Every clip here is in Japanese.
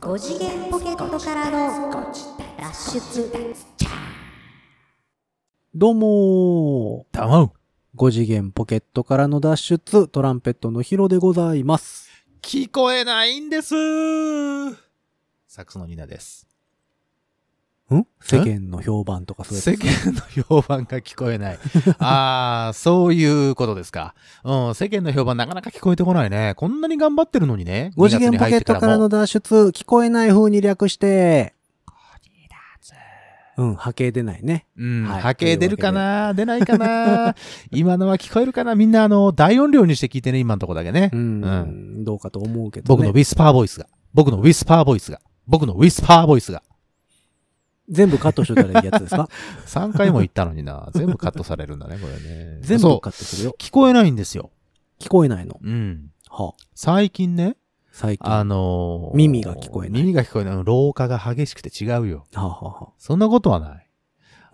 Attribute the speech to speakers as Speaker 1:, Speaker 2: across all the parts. Speaker 1: 5次元ポケットからの脱出
Speaker 2: どうも
Speaker 3: たまう。
Speaker 2: ー。5次元ポケットからの脱出、トランペットのヒロでございます。
Speaker 3: 聞こえないんですサックスのニナです。
Speaker 2: ん世間の評判とかそういう
Speaker 3: 世間の評判が聞こえない。 ああ、そういうことですか。うん、世間の評判なかなか聞こえてこないね。こんなに頑張ってるのにね。
Speaker 2: 5次元ポケットからの
Speaker 3: 2
Speaker 2: 脱出、聞こえない風に略して、うん、波形出ないね。
Speaker 3: 月に入ってからも。うん、
Speaker 2: はい
Speaker 3: 波形出るかな出ないかな 今のは聞こえるかなみんなあの、大音量にして聞いてね、今のとこだけね。
Speaker 2: うん、
Speaker 3: う
Speaker 2: どうかと思うけど、ね。
Speaker 3: 僕のウィスパーボイスが。僕のウィスパーボイスが。僕のウィスパーボイスが。
Speaker 2: 全部カットしといたらいいやつ ですか
Speaker 3: 3回も言ったのに な。全部カットされるんだね、これね。
Speaker 2: 全部カットするよ。
Speaker 3: 聞こえないんですよ。
Speaker 2: 聞こえないの。
Speaker 3: うん。
Speaker 2: はあ、
Speaker 3: 最近ね、
Speaker 2: 最近。
Speaker 3: あ
Speaker 2: は
Speaker 3: のー
Speaker 2: 耳が聞こえない
Speaker 3: 耳が聞こえない。老化が激しくて違うよ。
Speaker 2: あ、はあは
Speaker 3: そんなことはない。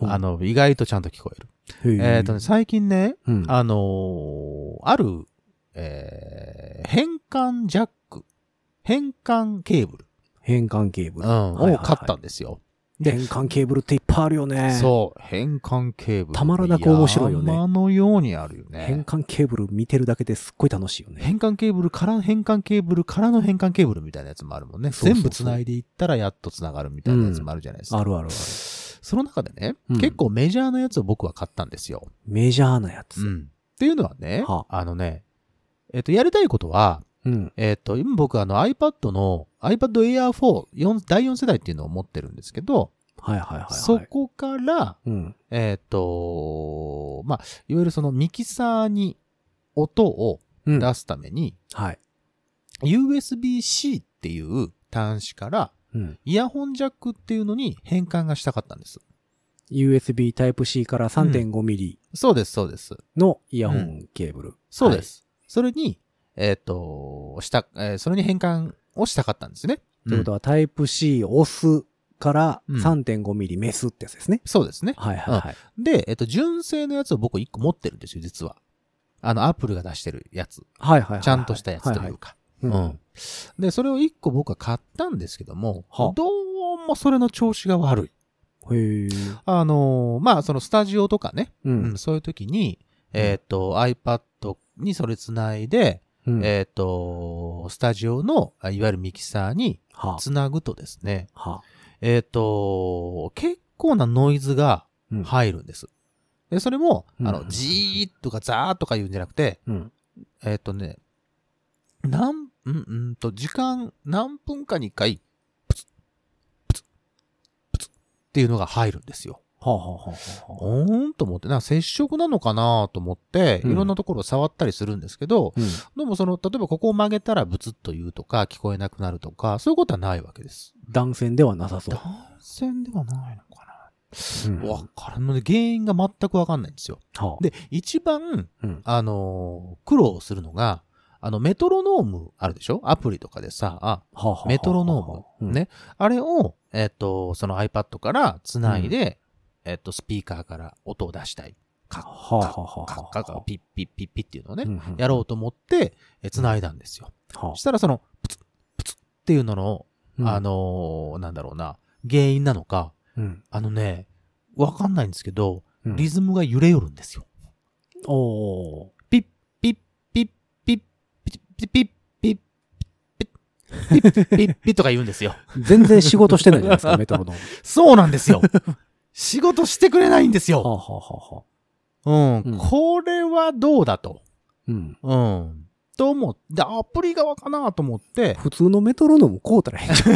Speaker 2: うん
Speaker 3: あの、意外とちゃんと聞こえる。
Speaker 2: あ、へ
Speaker 3: えっ、とね、、最近ね、
Speaker 2: うん、
Speaker 3: あのーある、えー変換ジャック、変換ケーブル、
Speaker 2: 変換ケーブ
Speaker 3: う
Speaker 2: ル。
Speaker 3: ん
Speaker 2: はいはい
Speaker 3: を買ったんですよ。で
Speaker 2: 変換ケーブルっていっぱいあるよね。
Speaker 3: そう、変換ケーブル。
Speaker 2: たまらなく面白いよね
Speaker 3: 山のようにあるよね。
Speaker 2: 変換ケーブル見てるだけですっごい楽しいよね。
Speaker 3: 変換ケーブルから変換ケーブルからの変換ケーブルみたいなやつもあるもんね。
Speaker 2: そうそうそう
Speaker 3: 全部繋いでいったらやっと繋がるみたいなやつもあるじゃないですか。
Speaker 2: あるあるある。
Speaker 3: その中でね、
Speaker 2: うん
Speaker 3: 結構メジャーなやつを僕は買ったんですよ。
Speaker 2: メジャーなやつ。
Speaker 3: っていうのはね、
Speaker 2: は
Speaker 3: あのね、えっ、と、やりたいことは、
Speaker 2: うん。
Speaker 3: えっ、と、今僕あの iPad の iPad Air 4、四第4世代っていうのを持ってるんですけど、
Speaker 2: はいはいはい、はい。
Speaker 3: そこから、
Speaker 2: うん。
Speaker 3: えっ、と、まあ、いわゆるそのミキサーに音を
Speaker 2: うん。
Speaker 3: 出すために、
Speaker 2: はい。
Speaker 3: USB-C っていう端子から、
Speaker 2: うん。
Speaker 3: イヤホンジャックっていうのに変換がしたかったんです。
Speaker 2: USB Type-C から 3.5mm
Speaker 3: そうです、そうです。
Speaker 2: のイヤホンケーブル。
Speaker 3: そうです。それに、えっ、と、した、えーそれに変換をしたかったんですね。
Speaker 2: ということは Type-C オスから
Speaker 3: うん
Speaker 2: 3.5mm メスってやつですね。
Speaker 3: そうですね。
Speaker 2: はいはいはい。
Speaker 3: で、えっ、と、純正のやつを僕一個持ってるんですよ、実は。あの、アップルが出してるやつ。
Speaker 2: はいはいはいはい。
Speaker 3: ちゃんとしたやつというか。
Speaker 2: はいはい。
Speaker 3: うん。で、それを一個僕は買ったんですけども
Speaker 2: は、
Speaker 3: どうもそれの調子が悪い。
Speaker 2: うん。へえ。
Speaker 3: あのーまあ、そのスタジオとかね、
Speaker 2: う
Speaker 3: うんん、。そういう時に、えっ、と、iPad にそれつないで、
Speaker 2: うん
Speaker 3: えっ、と、スタジオの、あいわゆるミキサーに
Speaker 2: は
Speaker 3: つなぐとですね、
Speaker 2: あ。はあ。
Speaker 3: えっ、と、結構なノイズが
Speaker 2: うん
Speaker 3: 入るんです。で、それも、
Speaker 2: うん
Speaker 3: あの、じーっとかザーっとか言うんじゃなくて、
Speaker 2: うん。
Speaker 3: えっ、とね、なん、うん、うんと、時間、何分かに一回、プツッ、プツッ、プツッっていうのが入るんですよ。
Speaker 2: はあはあはあはあ。
Speaker 3: おーんと思って、なんか接触なのかなと思って、
Speaker 2: うん
Speaker 3: いろんなところを触ったりするんですけど、
Speaker 2: うん。
Speaker 3: でもその、例えばここを曲げたらブツッと言うとか、聞こえなくなるとか、そういうことはないわけです。
Speaker 2: 断線ではなさそう
Speaker 3: 断。線ではないのか
Speaker 2: うん
Speaker 3: なわからんので、原因が全くわかんないんですよ。
Speaker 2: はあ。
Speaker 3: で、一番、
Speaker 2: うん
Speaker 3: あのー苦労するのが、あの、メトロノームあるでしょアプリとかでさ、あ、
Speaker 2: はあはあはあ
Speaker 3: メトロノーム。ね。あれを、えっ、と、その iPad から繋いで、えっ、と、スピーカーから音を出したい。
Speaker 2: はあはあはあ
Speaker 3: カッ
Speaker 2: は
Speaker 3: カ
Speaker 2: あ
Speaker 3: ッカッピッピッピッピッっていうのをね、
Speaker 2: うんうん
Speaker 3: やろうと思って、え繋いだんですよ。
Speaker 2: は
Speaker 3: そしたらその、プツッ、プツッっていうのの、
Speaker 2: あ
Speaker 3: あ、のーなんだろうな、原因なのか、
Speaker 2: うん
Speaker 3: あのね、わかんないんですけど、
Speaker 2: うん
Speaker 3: リズムが揺れよるんですよ。
Speaker 2: おー
Speaker 3: ピッ、ピッ、ピッ、ピッ、ピッ、ピッ、ピッ、ピッ、ピッ、ピッ、ピッ、ピッとか言うんですよ。
Speaker 2: 全然仕事してないじゃないですか、メトロノーム。
Speaker 3: そうなんですよ。仕事してくれないんです
Speaker 2: はあ
Speaker 3: よ。
Speaker 2: はあはあはあ。
Speaker 3: うん
Speaker 2: うん、
Speaker 3: これはどうだと。
Speaker 2: うん。
Speaker 3: うん。と思って、でアプリ側かなと思って、
Speaker 2: 普通のメトロノームこうたら変じゃ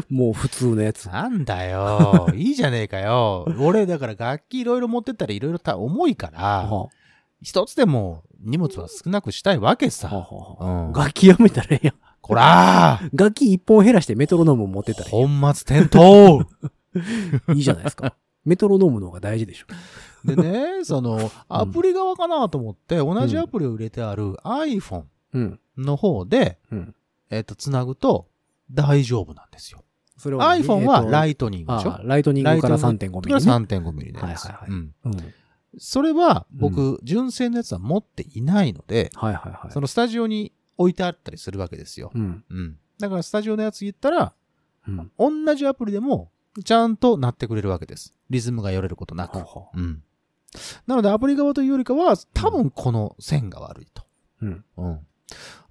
Speaker 2: ん。もう普通のや つ。
Speaker 3: なんだよ。いいじゃねえかよ。俺、だから楽器いろいろ持ってったらいろいろた重いから、
Speaker 2: は
Speaker 3: 一つでも荷物は少なくしたいわけ
Speaker 2: あはあ
Speaker 3: さ。
Speaker 2: は
Speaker 3: う
Speaker 2: あ
Speaker 3: ん。
Speaker 2: 楽器やめたらええやん。
Speaker 3: こらー
Speaker 2: 楽器一本減らしてメトロノーム持ってたらえ
Speaker 3: 本末転倒
Speaker 2: えいいじゃないですか。メトロノームの方が大事でしょ。
Speaker 3: でね、 その、アプリ側かなと思って、同じアプリを入れてある iPhone
Speaker 2: うん。
Speaker 3: の方で、
Speaker 2: うん。
Speaker 3: えっと、つなぐと大丈夫なんですよ。
Speaker 2: それ
Speaker 3: iPhone はラ
Speaker 2: イ
Speaker 3: イトニングでしょ
Speaker 2: ライトニングから
Speaker 3: ライト
Speaker 2: 3.5ミ
Speaker 3: これ
Speaker 2: リ、
Speaker 3: は
Speaker 2: ね。
Speaker 3: 3.5ミリのやつ。
Speaker 2: はいはいはい
Speaker 3: うん
Speaker 2: うん。はい
Speaker 3: それは僕、純正のやつは持っていないので、
Speaker 2: はいはい
Speaker 3: そ。のスタジオに置いてあったりするわけですよ。
Speaker 2: うん。
Speaker 3: うん。だからスタジオのやつ言ったら、
Speaker 2: うん。
Speaker 3: 同じアプリでも、ちゃんと鳴ってくれるわけです。リズムがよれることなく。
Speaker 2: は
Speaker 3: うん。なので、アプリ側というよりかは、多分この線が悪いと。
Speaker 2: うん。
Speaker 3: うん。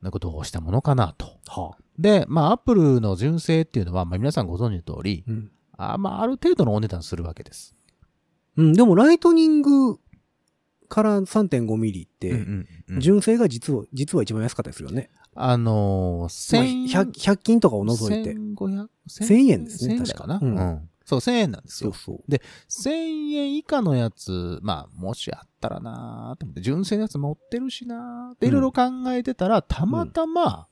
Speaker 3: なんかどうしたものかなと。
Speaker 2: はあ。
Speaker 3: で、まあ、アップルの純正っていうのは、まあ、皆さんご存知の通り、
Speaker 2: うん。
Speaker 3: あまあ、ある程度のお値段するわけです。
Speaker 2: うん、でもライトニングから3.5ミリって、
Speaker 3: 純
Speaker 2: 純正が実は、実は一番安かったりするよね。
Speaker 3: あのー、
Speaker 2: まあ
Speaker 3: 1000
Speaker 2: 100, 100均とかを除いて。
Speaker 3: 1500
Speaker 2: 1000円ですね
Speaker 3: 1000円だよな。
Speaker 2: 確か
Speaker 3: うんそう、1000円なんです
Speaker 2: そ
Speaker 3: よ
Speaker 2: う。そう。
Speaker 3: 1000円以下のやつ、まあ、もしあったらなーと思って、純正のやつ持ってるしなーっていろいろ考えてたら、たまたま、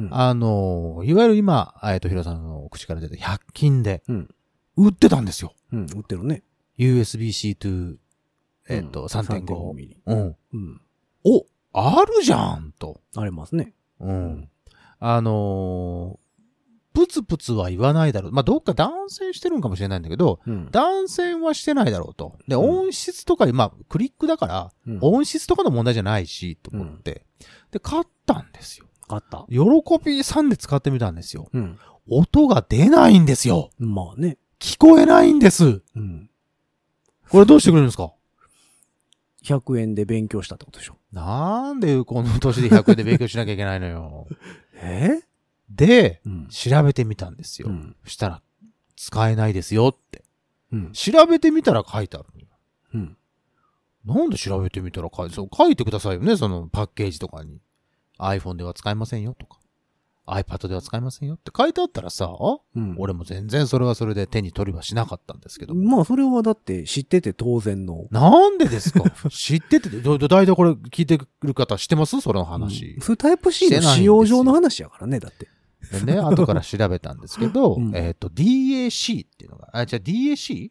Speaker 2: うん
Speaker 3: あのー、いわゆる今、えっと、ヒロさんの口から出た100均で
Speaker 2: うん、
Speaker 3: 売ってたんですよ。
Speaker 2: うん、売ってるね。
Speaker 3: USB-C to、えっと、3.5。
Speaker 2: ミリ。
Speaker 3: うん。
Speaker 2: うん。
Speaker 3: お、あるじゃんと。
Speaker 2: ありますね。
Speaker 3: う。。
Speaker 2: うん
Speaker 3: あのー、プツプツは言わないだろう。まあ、どっか断線してるんかもしれないんだけど、
Speaker 2: うん。
Speaker 3: 断線はしてないだろうと。で、
Speaker 2: うん
Speaker 3: 音質とか、まあ、クリックだから、
Speaker 2: うん
Speaker 3: 音質とかの問題じゃないし、と思って。で、買ったんですよ。
Speaker 2: あった。
Speaker 3: 喜びさんで使ってみたんですよ。
Speaker 2: うん。
Speaker 3: 音が出ないんですよ。
Speaker 2: まあね。
Speaker 3: 聞こえないんです。
Speaker 2: うん。
Speaker 3: これどうしてくれるんですか
Speaker 2: 100円で勉強したってことでしょ。
Speaker 3: なんでこの年で100円で勉強しなきゃいけないのよ。
Speaker 2: え
Speaker 3: で、
Speaker 2: うん。
Speaker 3: 調べてみたんですよ。
Speaker 2: うん。
Speaker 3: したら、使えないですよって。
Speaker 2: うん。
Speaker 3: 調べてみたら書いてあるのよ。
Speaker 2: うん。なん
Speaker 3: なんで調べてみたら書いて、そう書いてくださいよね、そのパッケージとかに。iPhone では使えませんよとか、iPad では使えませんよって書いてあったらさ、
Speaker 2: うん、
Speaker 3: 俺も全然それはそれで手に取りはしなかったんですけど。
Speaker 2: まあ、それはだって知ってて当然の。
Speaker 3: なんでですか知ってて、ど、ど、大体これ聞いてる方知ってますその話
Speaker 2: うん。それタイプ C の使用上の話やからね、だって。
Speaker 3: でね、後から調べたんですけど、
Speaker 2: うん
Speaker 3: えっと、DAC っていうのが、あ、じゃあ DAC?DAC っ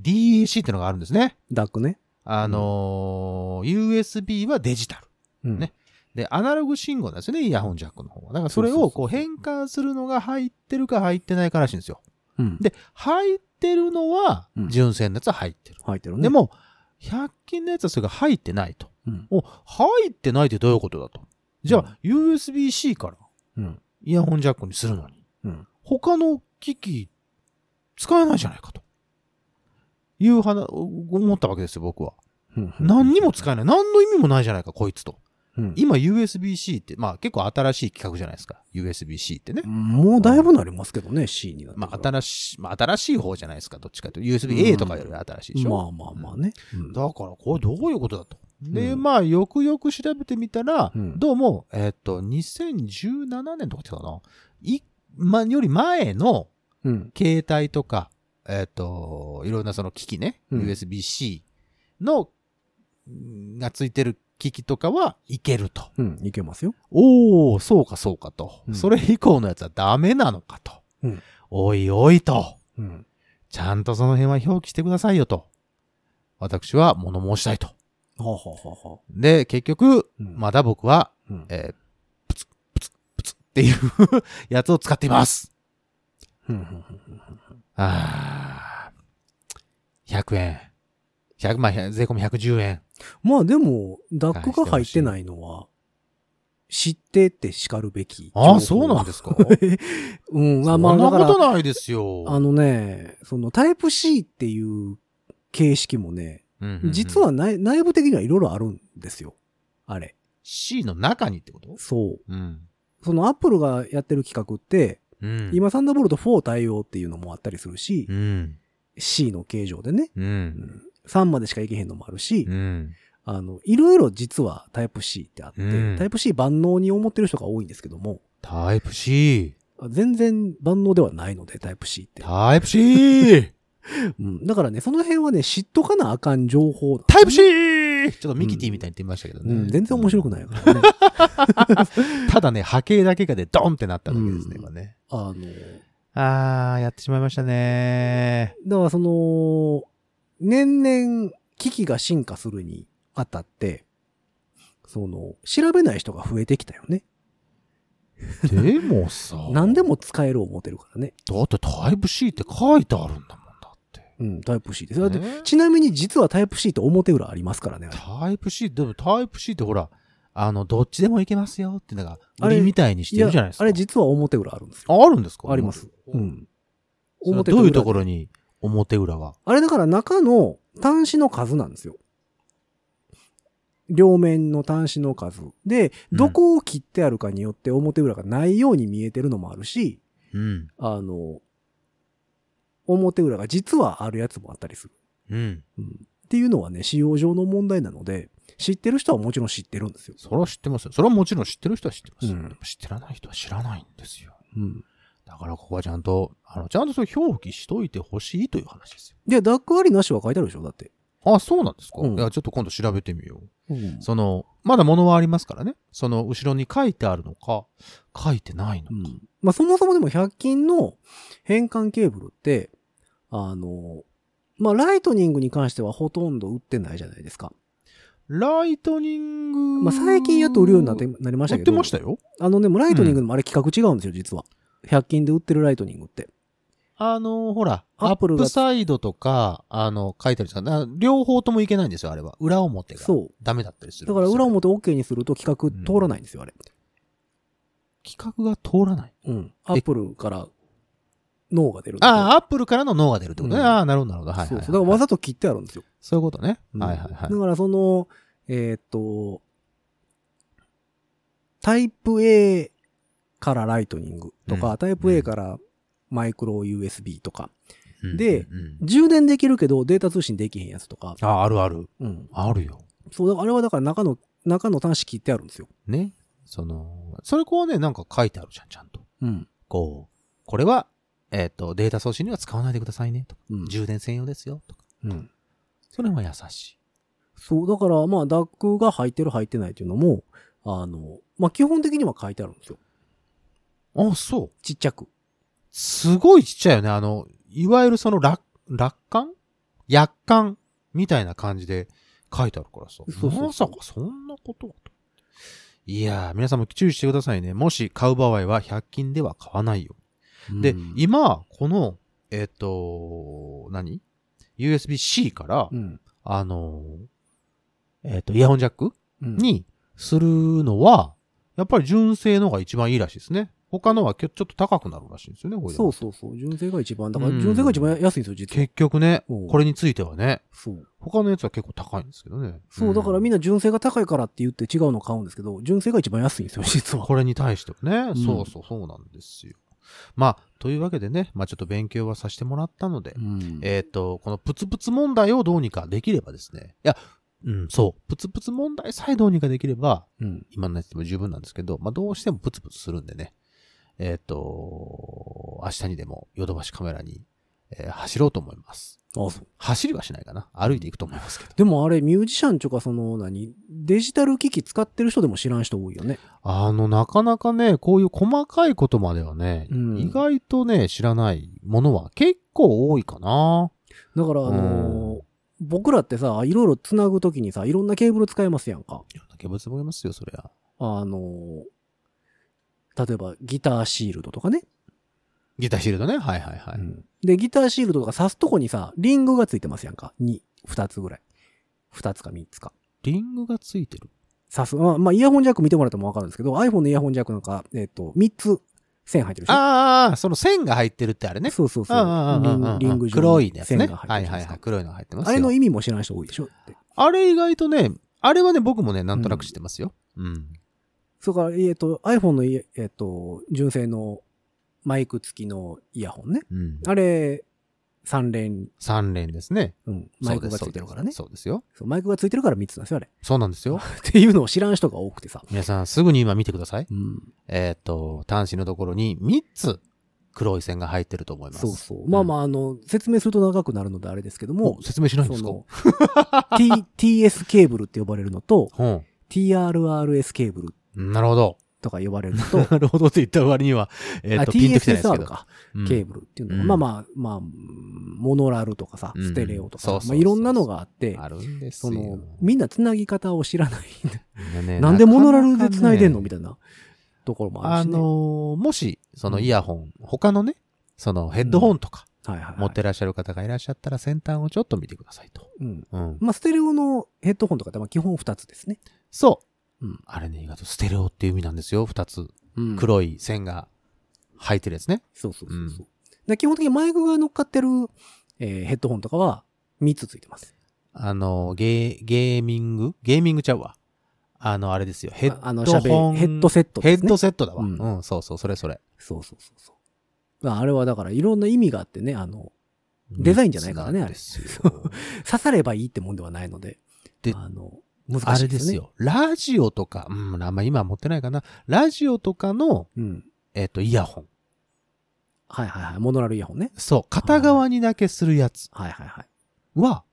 Speaker 3: ていうのがあるんですね。
Speaker 2: ダックね。
Speaker 3: あのー USB はデジタル。
Speaker 2: うん
Speaker 3: ね。で、アナログ信号なんですよね、イヤホンジャックの方は。だからそれ
Speaker 2: そうそう
Speaker 3: をこう変換するのが入ってるか入ってないからしいんですよ。
Speaker 2: うん。
Speaker 3: で、入ってるのは
Speaker 2: う、ん
Speaker 3: 純正のやつは入ってる。
Speaker 2: 入ってるね。
Speaker 3: で、も、100均のやつはそれが入ってないと。
Speaker 2: うん。
Speaker 3: お、入ってないってどういうことだと。じゃあ、USB-C から
Speaker 2: うん。
Speaker 3: イヤホンジャックにするのに、
Speaker 2: うん。
Speaker 3: 他の機器、使えないじゃないかと。いう話、思ったわけですよ、僕は。
Speaker 2: うん
Speaker 3: 何にも使えない。何の意味もないじゃないか、こいつと。
Speaker 2: うん
Speaker 3: 今 USB-C って、まあ結構新しい企画じゃないですか。USB-C ってね。
Speaker 2: もうだいぶなりますけどね、C になって
Speaker 3: ま
Speaker 2: から。
Speaker 3: あ新しい、まあ新しい方じゃないですか。どっちかというと USB-A とかより新しいでしょ。
Speaker 2: まあまあまあね。うん
Speaker 3: だからこれどういうことだと。で、
Speaker 2: うん
Speaker 3: まあよくよく調べてみたら、
Speaker 2: うん
Speaker 3: どうも、えっと、2017年とかって言ってたかな。い、ま、より前の
Speaker 2: うん。
Speaker 3: 携帯とか、えっと、いろんなその機器ね、
Speaker 2: うん
Speaker 3: USB-C の、うんがついてる機器とかはいけると。
Speaker 2: うん。いけますよ。
Speaker 3: おー、そうかそうかと。
Speaker 2: うん
Speaker 3: それ以降のやつはダメなのかと。
Speaker 2: うん
Speaker 3: おいおいと。
Speaker 2: うん。
Speaker 3: ちゃんとその辺は表記してくださいよと。私は物申したいと。
Speaker 2: はあはあはあはあ。
Speaker 3: で、結局、
Speaker 2: うん
Speaker 3: まだ僕は、
Speaker 2: うん
Speaker 3: えープツッ、プツッ、プツッっていう やつを使っています。
Speaker 2: うんうんうんうん
Speaker 3: あー。100円。100、まあ、100税込み110円。
Speaker 2: まあでも、ダックが入ってないのは、知ってって叱るべき。
Speaker 3: あー、そうなんですか
Speaker 2: うん、 ま
Speaker 3: そ
Speaker 2: あ
Speaker 3: ん
Speaker 2: まあ、だ
Speaker 3: な
Speaker 2: か
Speaker 3: こと
Speaker 2: ら、
Speaker 3: ないですよ。
Speaker 2: あのね、そのタイプ C っていう形式もね、
Speaker 3: うんうんうん
Speaker 2: 実は内内部的にはいろいろあるんですよ。あれ。
Speaker 3: C の中にってこと
Speaker 2: そう。
Speaker 3: うん。
Speaker 2: そのアップルがやってる企画って、
Speaker 3: うん。
Speaker 2: 今サンダーボルト4対応っていうのもあったりするし、
Speaker 3: うん。
Speaker 2: C の形状でね、
Speaker 3: う。
Speaker 2: うんん、3までしかいけへんのもあるし、
Speaker 3: うん。
Speaker 2: あの、いろいろ実はタイプ C ってあって、
Speaker 3: うん
Speaker 2: タイプ C 万能に思ってる人が多いんですけども、
Speaker 3: タイプ C。
Speaker 2: 全然万能ではないので、タイプ C って。
Speaker 3: タイプ C!
Speaker 2: うん、だからね、その辺はね、知っとかなあかん情報。
Speaker 3: タイプ C! ちょっとミキティみたいに言ってみましたけど
Speaker 2: う
Speaker 3: ね。
Speaker 2: ん、全然面白くないからね。
Speaker 3: ただね、波形だけがでドンってなったわけですね、
Speaker 2: うん
Speaker 3: 今ね。
Speaker 2: あの、
Speaker 3: あー、やってしまいましたね。
Speaker 2: だからその、年々機器が進化するにあたって、その、調べない人が増えてきたよね。、
Speaker 3: でも さ
Speaker 2: 何でも使える思ってるからね。
Speaker 3: だってタイプ C って書いてあるんだもんだって。
Speaker 2: うん、タイプ C です。だって、
Speaker 3: ね
Speaker 2: ちなみに実はタイプ C って表裏ありますからね。あれ
Speaker 3: タイプ C、でもタイプ C ってほら、あの、どっちでもいけますよっていうのが、
Speaker 2: あ
Speaker 3: 売
Speaker 2: れ
Speaker 3: りみたいにしてるじゃないですか。
Speaker 2: あれ実は表裏あるんですよ。
Speaker 3: ああるんですか
Speaker 2: あります。う。ん。
Speaker 3: それは
Speaker 2: 表と
Speaker 3: どういう
Speaker 2: 裏
Speaker 3: ところに表裏が。
Speaker 2: あれだから中の端子の数なんですよ。両面の端子の数。で、
Speaker 3: うん
Speaker 2: どこを切ってあるかによって表裏がないように見えてるのもあるし、
Speaker 3: うん。
Speaker 2: あの、表裏が実はあるやつもあったりする。
Speaker 3: うん。
Speaker 2: うんっていうのはね、使用上の問題なので、知ってる人はもちろん知ってるんですよ。
Speaker 3: それは知ってますよ。それはもちろん知ってる人は知ってます。
Speaker 2: うん
Speaker 3: でも知ってらない人は知らないんですよ。
Speaker 2: うん。
Speaker 3: だからここはちゃんと、あの、ちゃんとそれ表記しといてほしいという話です
Speaker 2: で、ダックありなしは書いてあるでしょだって。
Speaker 3: よ。あ、そうなんですか、
Speaker 2: うん
Speaker 3: いや、ちょっと今度調べてみよう。
Speaker 2: うん
Speaker 3: その、まだ物はありますからね。その、後ろに書いてあるのか、書いてないのか。
Speaker 2: まあそもそもでも100均の変換ケーブルって、あの、まあライトニングに関してはほとんど売ってないじゃないですか。
Speaker 3: ライトニング。
Speaker 2: まあ最近やっと売るようになって、なりました
Speaker 3: 売
Speaker 2: け
Speaker 3: って
Speaker 2: ど。
Speaker 3: ましたよ。
Speaker 2: あのでもライトニングでもあれ企画違うんですよ、実は。100均で売ってるライトニングって。
Speaker 3: あの、ほら、
Speaker 2: ア
Speaker 3: ア
Speaker 2: ップル
Speaker 3: ッ
Speaker 2: が
Speaker 3: プサイドとか、あの、書いてあるじゃんだから両方ともいけないんですよ、あれは。裏表が。
Speaker 2: そう。
Speaker 3: ダメだったりするん
Speaker 2: だ
Speaker 3: ですよ。
Speaker 2: から裏表 OK にすると企画通らないんですよ、あれ。
Speaker 3: 企画が通らない。
Speaker 2: うん。アップルから脳が出るんで。
Speaker 3: ああ、アップルからの脳が出るってことね。
Speaker 2: うん
Speaker 3: ああ、なるほど、なるほど。はいはい、
Speaker 2: そう
Speaker 3: はい。
Speaker 2: そう。だからわざと切ってあるんですよ。
Speaker 3: そういうことね。
Speaker 2: うん
Speaker 3: はいはいはい
Speaker 2: だ。からその、えーっと、タイプ A からライトニングとか、
Speaker 3: うん
Speaker 2: タイプ A からマイクロ USB とか、
Speaker 3: うん
Speaker 2: で
Speaker 3: うんうん
Speaker 2: 充電できるけどデータ通信できへんやつとか、
Speaker 3: ああ、あるある。
Speaker 2: うん。
Speaker 3: あるよ。
Speaker 2: そう、だからあれはだから中の、中の端子切ってあるんですよ。
Speaker 3: ね。その、それこうね、なんか書いてあるじゃん、ちゃんと。
Speaker 2: うん。
Speaker 3: こう、これは、えっ、と、データ送信には使わないでくださいね、とか。
Speaker 2: うん。
Speaker 3: 充電専用ですよ、とか。
Speaker 2: うん
Speaker 3: それは優しい。
Speaker 2: そう、だからまあ DAC が入ってる入ってないっていうのも、あの、まあ基本的には書いてあるんですよ。
Speaker 3: あ、そう。
Speaker 2: ちっちゃく。
Speaker 3: すごいちっちゃいよね。あの、いわゆるその楽、楽観薬観みたいな感じで書いてあるからさ。
Speaker 2: そうそうそう
Speaker 3: まさかそんなことはと。いやー、皆さんも注意してくださいね。もし買う場合は100均では買わないよ。で、
Speaker 2: うん、
Speaker 3: 今、この、えっ、と、何 ?USB-C から、
Speaker 2: うん。
Speaker 3: あのー、えっ、と、イヤホンジャック
Speaker 2: うん、
Speaker 3: にするのは、やっぱり純正のが一番いいらしいですね。他のはきょちょっと高くなるらしいんですよね、これ
Speaker 2: そうそうそう。純正が一番、だから
Speaker 3: うん
Speaker 2: 純正が一番安いんですよ、実は。
Speaker 3: 結局ね、
Speaker 2: うん
Speaker 3: これについてはね、
Speaker 2: そう。
Speaker 3: 他のやつは結構高いんですけどね。
Speaker 2: そう、だからみん
Speaker 3: な、
Speaker 2: な純正が高いからって言って違うの買うんですけど、純正が一番安いんですよ、実は。
Speaker 3: これに対しては
Speaker 2: う
Speaker 3: ね、
Speaker 2: ん
Speaker 3: そうそうそうなんですよ。まあ、というわけでね、まあちょっと勉強はさせてもらったので、
Speaker 2: うん
Speaker 3: えっ、と、このプツプツ問題をどうにかできればですね、いや、うん、そう、プツプツ問題さえどうにかできれば、
Speaker 2: うん。
Speaker 3: 今のやつでも十分なんですけど、まあどうしてもプツプツするんでね、えっ、と、明日にでもヨドバシカメラに、えー走ろうと思います。
Speaker 2: あ、そう。
Speaker 3: 走りはしないかな。歩いていくと思いますけど。
Speaker 2: でもあれ、ミュージシャンとか、その、何、デジタル機器使ってる人でも知らん人多いよね。
Speaker 3: あの、なかなかね、こういう細かいことまではね、
Speaker 2: うん
Speaker 3: 意外とね、知らないものは結構多いかな。
Speaker 2: だから、あ
Speaker 3: う
Speaker 2: のー僕らってさ、いろいろ繋ぐときにさ、いろんなケーブル使えますやんか。
Speaker 3: いろんなケブツもいますよ、そりゃ。
Speaker 2: あのー例えばギターシールドとかね。
Speaker 3: ギターシールドね。はいはいはい。
Speaker 2: うんで、ギターシールドとか刺すとこにさ、リングがついてますやんか。に二つぐらい。二つか三つか。
Speaker 3: リングがついてる。
Speaker 2: さす、まあ、まあ、イヤホンジャック見てもらってもわかるんですけど、iPhone のイヤホンジャックなんか、えっ、と、3つ線入ってるでしょ
Speaker 3: ああ、その線が入ってるってあれね。
Speaker 2: そうそうそう。
Speaker 3: あ
Speaker 2: リンリング状
Speaker 3: 黒
Speaker 2: に
Speaker 3: いやつ
Speaker 2: 線
Speaker 3: ね。
Speaker 2: が
Speaker 3: は
Speaker 2: 入っ
Speaker 3: い
Speaker 2: てるじゃな
Speaker 3: は
Speaker 2: です
Speaker 3: いいは
Speaker 2: か
Speaker 3: い。黒いのが入ってますよ。
Speaker 2: あれの意味も知らない人多いでしょって。
Speaker 3: あれ意外とね、あれはね、僕もね、なんとなく知ってますよ。うん。
Speaker 2: そうから、えっ、と、iPhone のイヤ、えっ、と、純正のマイク付きのイヤホンね。
Speaker 3: うん。
Speaker 2: あれ、三連、
Speaker 3: 三連ですね。
Speaker 2: うん、マイクがついてるからね。
Speaker 3: そうですよ。
Speaker 2: そうマイクがついてるから3つなんですよ、あれ。
Speaker 3: そうなんですよ。
Speaker 2: っていうのを知らん人が多くてさ。
Speaker 3: 皆さん、すぐに今見てください。
Speaker 2: うん。
Speaker 3: えっ、と、端子のところに3つ黒い線が入ってると思います。
Speaker 2: そうそう。まあまあ、あの、説明すると長くなるのであれですけど
Speaker 3: も
Speaker 2: も
Speaker 3: う、説明しないんですか
Speaker 2: その、T、TS ケーブルって呼ばれるのと、
Speaker 3: うん。
Speaker 2: TRRS ケーブル
Speaker 3: なるほど。
Speaker 2: とか呼ばれるのと、
Speaker 3: なるほどって言った割には、 えっ、
Speaker 2: あ
Speaker 3: と、ピンときてないですけ
Speaker 2: TSSR
Speaker 3: ど。
Speaker 2: か、
Speaker 3: うん
Speaker 2: ケーブルっていうのが、
Speaker 3: うん
Speaker 2: まあまあ、まあ、うんモノラルとかさ、
Speaker 3: うん
Speaker 2: ステレオとかさ、
Speaker 3: そうそうそう
Speaker 2: まあいろんなのがあって、
Speaker 3: あるんです
Speaker 2: そ
Speaker 3: よ。
Speaker 2: の、みんな繋ぎ方を知らない。
Speaker 3: みんなね
Speaker 2: なんでモノラルで繋いでんの
Speaker 3: なかなかね
Speaker 2: みたいなところもあ
Speaker 3: あ
Speaker 2: るし、ね。
Speaker 3: のーもし、そのイヤホン、他のね、そのヘッドホンとか
Speaker 2: はいはいはい、
Speaker 3: 持ってらっしゃる方がいらっしゃったら先端をちょっと見てくださいと。
Speaker 2: うん。
Speaker 3: うん。
Speaker 2: まあ、ステレオのヘッドホンとかってまあ基本2つですね。
Speaker 3: そう。
Speaker 2: うん。
Speaker 3: あれね、意外とステレオっていう意味なんですよ、二つ。
Speaker 2: うん、
Speaker 3: 黒い線が入ってるやつね。
Speaker 2: そうそうそうそう。で基本的にマイクが乗っかってる、えーヘッドホンとかは3つついてます。
Speaker 3: あの、ゲー、ゲーミングゲーミングちゃうわ。あの、あれですよ。ヘ
Speaker 2: ああの
Speaker 3: ッドホ
Speaker 2: 喋
Speaker 3: ン。
Speaker 2: ヘッドセット
Speaker 3: ヘ
Speaker 2: ですね
Speaker 3: ッドセットだわ。
Speaker 2: う
Speaker 3: うんん、そうそう、それそれ。
Speaker 2: そうそうそうそう。まあ、あれはだからいろんな意味があってね、あの、デザインじゃないからね
Speaker 3: そうなんですよ
Speaker 2: 刺さればいいってもんではないので、
Speaker 3: で
Speaker 2: あの、難
Speaker 3: あ
Speaker 2: し
Speaker 3: れ
Speaker 2: いで
Speaker 3: ですす
Speaker 2: ね。
Speaker 3: よ。ラジオとか、うん、あんま今は持ってないかな。ラジオとかの、
Speaker 2: うん。
Speaker 3: えっ、と、イヤホン。
Speaker 2: はいはいはい。モノラルイヤホンね。
Speaker 3: そう、片側にだけするやつ
Speaker 2: はいはいはい。
Speaker 3: は、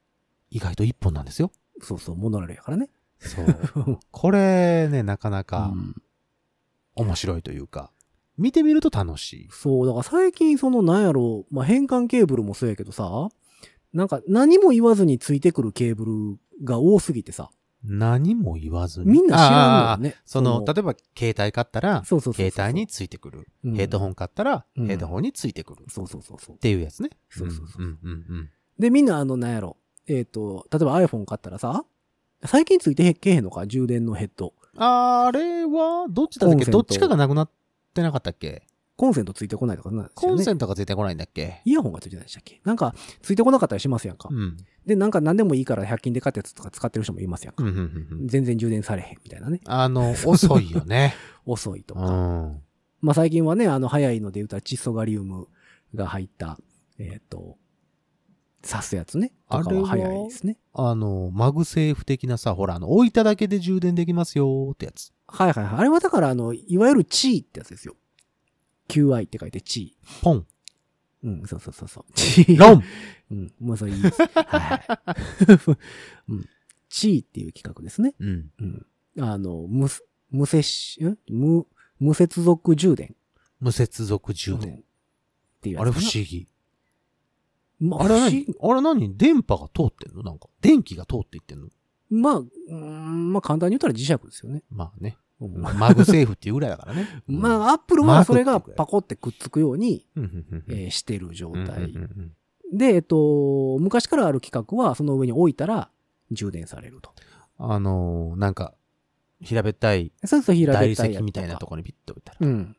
Speaker 3: 意外と一本なんですよ。
Speaker 2: そうそう、モノラルやからね。
Speaker 3: そう。 これね、なかな
Speaker 2: う
Speaker 3: か
Speaker 2: ん
Speaker 3: 面白いというか、見てみると楽しい。
Speaker 2: そう、だから最近そのなんやろう、まあ、変換ケーブルもそうやけどさ、なんか何も言わずについてくるケーブルが多すぎてさ、
Speaker 3: 何も言わずに。
Speaker 2: みんな知らんのよ
Speaker 3: あー
Speaker 2: ね。
Speaker 3: その、例えば、携帯買ったら、
Speaker 2: そうそうそうそう
Speaker 3: 携帯についてくる。
Speaker 2: うん
Speaker 3: ヘッドホン買ったら、
Speaker 2: うん
Speaker 3: ヘッドホンについてくる。っ
Speaker 2: そうそうそうそう。
Speaker 3: ていうやつね。
Speaker 2: そうそうそう
Speaker 3: うんうんうん
Speaker 2: で、みんなあの、なんやろ。えっ、と、例えば iPhone 買ったらさ、最近ついてへけへんのか充電のヘッド。
Speaker 3: うんあれは、どっちだった
Speaker 2: コ
Speaker 3: っ
Speaker 2: ンセント
Speaker 3: けどっちかがなくなってなかったっけ
Speaker 2: コンセントついてこないとかなんです
Speaker 3: コ
Speaker 2: よ
Speaker 3: ンセ
Speaker 2: ね。
Speaker 3: ントが絶対来ないんだっけ
Speaker 2: イヤホンがついてないでしたっけなんか、ついてこなかったりしますやんか。
Speaker 3: うん。
Speaker 2: で、なんか何でもいいから100均で買ったやつとか使ってる人もいますやん
Speaker 3: う
Speaker 2: か。
Speaker 3: んうんうんうん
Speaker 2: 全然充電されへんみたいなね。
Speaker 3: あの、遅いよね。
Speaker 2: 遅いと
Speaker 3: う
Speaker 2: か。
Speaker 3: ん。
Speaker 2: まあ最近はね、あの、早いので言うたら窒素ガリウムが入った、えっ、と、刺すやつね。とかは早いですね。
Speaker 3: あの、マグセーフ的なさ、ほら、あの、置いただけで充電できますよーってやつ。
Speaker 2: はいはいはい。あれはだから、あの、いわゆる地位ってやつですよ。QI って書いて地位。
Speaker 3: ポン、
Speaker 2: うん、そうそうそうそう。
Speaker 3: ロン
Speaker 2: うん、もうそれいいです。はいはい。うん。地位っていう企画ですね。
Speaker 3: うん。
Speaker 2: うん。あの、無す、無接し、ん無、無接続充電。
Speaker 3: 無接続
Speaker 2: う
Speaker 3: 充
Speaker 2: んっ
Speaker 3: 電。
Speaker 2: ていうや
Speaker 3: あ
Speaker 2: つ
Speaker 3: れ
Speaker 2: かな
Speaker 3: 不思議。
Speaker 2: まあ、
Speaker 3: あれ
Speaker 2: 不思
Speaker 3: 何
Speaker 2: 議
Speaker 3: あれ何電波が通ってんのなんか。電気が通っていってんの
Speaker 2: まあ、うーん、まあ簡単に言ったら磁石ですよね。
Speaker 3: まあね。
Speaker 2: うん。
Speaker 3: マグセーフっていうぐらいだからね
Speaker 2: ま
Speaker 3: あ、
Speaker 2: あ、アップル
Speaker 3: マー
Speaker 2: は
Speaker 3: ク
Speaker 2: それが
Speaker 3: っていうか
Speaker 2: パコってくっつくように、
Speaker 3: うんうんうん
Speaker 2: えーしてる状
Speaker 3: うん
Speaker 2: 態
Speaker 3: うん。うん
Speaker 2: で、えっと、昔からある企画は、その上に置いたら充電されると。
Speaker 3: うんあのー、なんか、平べったい
Speaker 2: そうそう、平
Speaker 3: 大
Speaker 2: べっ
Speaker 3: 理
Speaker 2: たいや
Speaker 3: 石
Speaker 2: つ
Speaker 3: みたいなところにピッと置いたら、
Speaker 2: うん。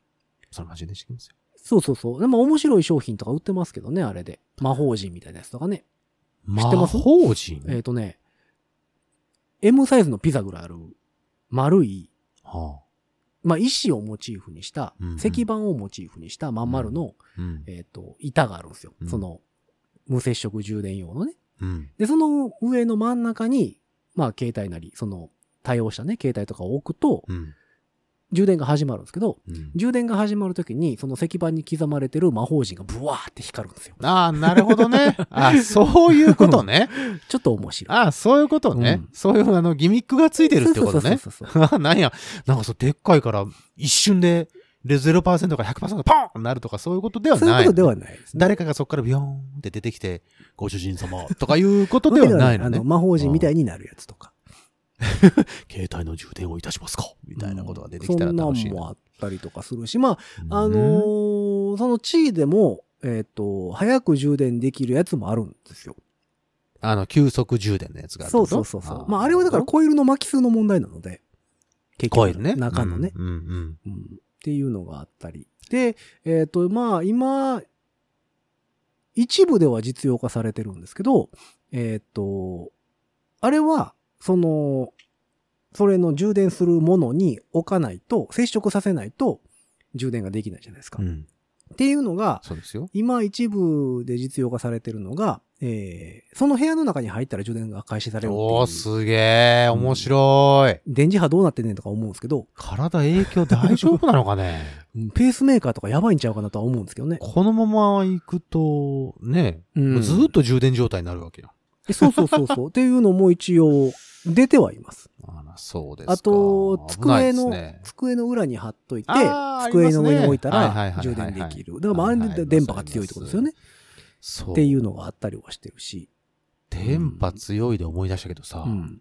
Speaker 3: そのまま充電してきますよ。
Speaker 2: そうそうそう。でも面白い商品とか売ってますけどね、あれで。魔法陣みたいなやつとかね。
Speaker 3: 魔
Speaker 2: てます
Speaker 3: 法人
Speaker 2: えっ、とね、M サイズのピザぐらいある、丸い、
Speaker 3: は
Speaker 2: まあ、石をモチーフにした、
Speaker 3: うんうん
Speaker 2: 石板をモチーフにしたまん丸の、
Speaker 3: あうん
Speaker 2: えっ、と、板があるんですよ。
Speaker 3: うん
Speaker 2: その、無接触充電用のね。
Speaker 3: うん
Speaker 2: で、その上の真ん中に、まあ、携帯なり、その、対応したね、携帯とかを置くと、
Speaker 3: うん
Speaker 2: 充電が始まるんですけど、
Speaker 3: うん
Speaker 2: 充電が始まるときに、その石板に刻まれてる魔法陣がブワーって光るんですよ。
Speaker 3: ああ、なるほどね。あそういうことね。
Speaker 2: ちょっと面白い。
Speaker 3: ああ、そういうことね。
Speaker 2: うん
Speaker 3: そういう、あの、ギミックがついてるってことね。
Speaker 2: そうそうそうそうそう
Speaker 3: あ なんや、なんかそう、でっかいから、一瞬で、で0%か100%がポンなるとか、そういうことでは
Speaker 2: そういう
Speaker 3: な
Speaker 2: こ
Speaker 3: い
Speaker 2: と。ではないですね。
Speaker 3: 誰かがそこからビヨーンって出てきて、ご主人様とかいうことではないの
Speaker 2: あ
Speaker 3: ね
Speaker 2: の、。魔法陣みたいになるやつとか。
Speaker 3: 携帯の充電をいたしますかみ
Speaker 2: み
Speaker 3: たいなことが出てきたら
Speaker 2: そ
Speaker 3: 楽
Speaker 2: ん
Speaker 3: し
Speaker 2: ないん
Speaker 3: な。
Speaker 2: もあったりとかするし、まあ、あの
Speaker 3: うん
Speaker 2: ーその地位でも、えっ、と、早く充電できるやつもあるんですよ。
Speaker 3: あの、急速充電のやつがあるって
Speaker 2: そ
Speaker 3: こ
Speaker 2: う
Speaker 3: と
Speaker 2: そうそうそう。まあ、あれはだから
Speaker 3: なる
Speaker 2: コイルの巻き数の問題なので。結
Speaker 3: ほどコイルね。
Speaker 2: 中のね、
Speaker 3: うんうん
Speaker 2: うんっていうのがあったり。で、えっ、と、まあ、今、一部では実用化されてるんですけど、えっ、と、あれは、その、それの充電するものに置かないと、接触させないと充電ができないじゃないですか。
Speaker 3: うん。う
Speaker 2: っ
Speaker 3: ん。
Speaker 2: ていうのが、
Speaker 3: そうですよ。
Speaker 2: 今一部で実用化されてるのが、えーその部屋の中に入ったら充電が開始されるっていう
Speaker 3: おー、すげえ、面白い。
Speaker 2: 電磁波どうなってんねんとか思うんですけど、
Speaker 3: 体影響大丈夫なの かね
Speaker 2: うんペースメーカーとかやばいんちゃうかなとは思うんですけどね。
Speaker 3: このまま行くと、ね、
Speaker 2: うん
Speaker 3: ずーっと充電状態になるわけよ。
Speaker 2: えそうそうそう そう。っていうのも一応出てはいます。
Speaker 3: あら、そうですか。
Speaker 2: あと、
Speaker 3: 危ない
Speaker 2: 机
Speaker 3: です
Speaker 2: の、
Speaker 3: ね
Speaker 2: 机の裏に貼っといて
Speaker 3: あ、ー
Speaker 2: 机の上に置いた
Speaker 3: ありますねはいはいはい
Speaker 2: ら
Speaker 3: はい
Speaker 2: 充電できる。だからまああれで電波が強いってことですよね。
Speaker 3: そう
Speaker 2: っていうのがあったりはしてるし。
Speaker 3: 電波強いで思い出したけどさ、
Speaker 2: うん。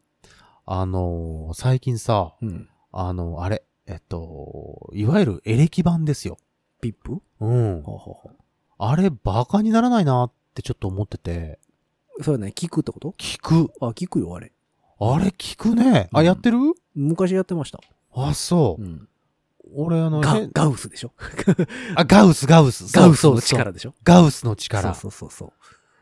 Speaker 3: あのー最近さ、
Speaker 2: うん。
Speaker 3: あの、あれ、えっと、いわゆるエレキ版ですよ。
Speaker 2: ピップ
Speaker 3: うん。
Speaker 2: ほうほうほ
Speaker 3: あれ、バカにならないなってちょっと思ってて、
Speaker 2: うそれはね、聞くってこと
Speaker 3: 聞く。
Speaker 2: あ、聞くよ、あれ。
Speaker 3: あれ、聞くね。
Speaker 2: う
Speaker 3: あ、
Speaker 2: ん
Speaker 3: やってる
Speaker 2: 昔やってました。
Speaker 3: あ、そうう。
Speaker 2: ん、
Speaker 3: 俺、あの、
Speaker 2: ガ
Speaker 3: 変
Speaker 2: ガウスでしょ
Speaker 3: あ、ガウス、ガウス。
Speaker 2: ガウスの
Speaker 3: そうそうそう。
Speaker 2: 力でしょ
Speaker 3: ガウスの力。
Speaker 2: そうそうそうそ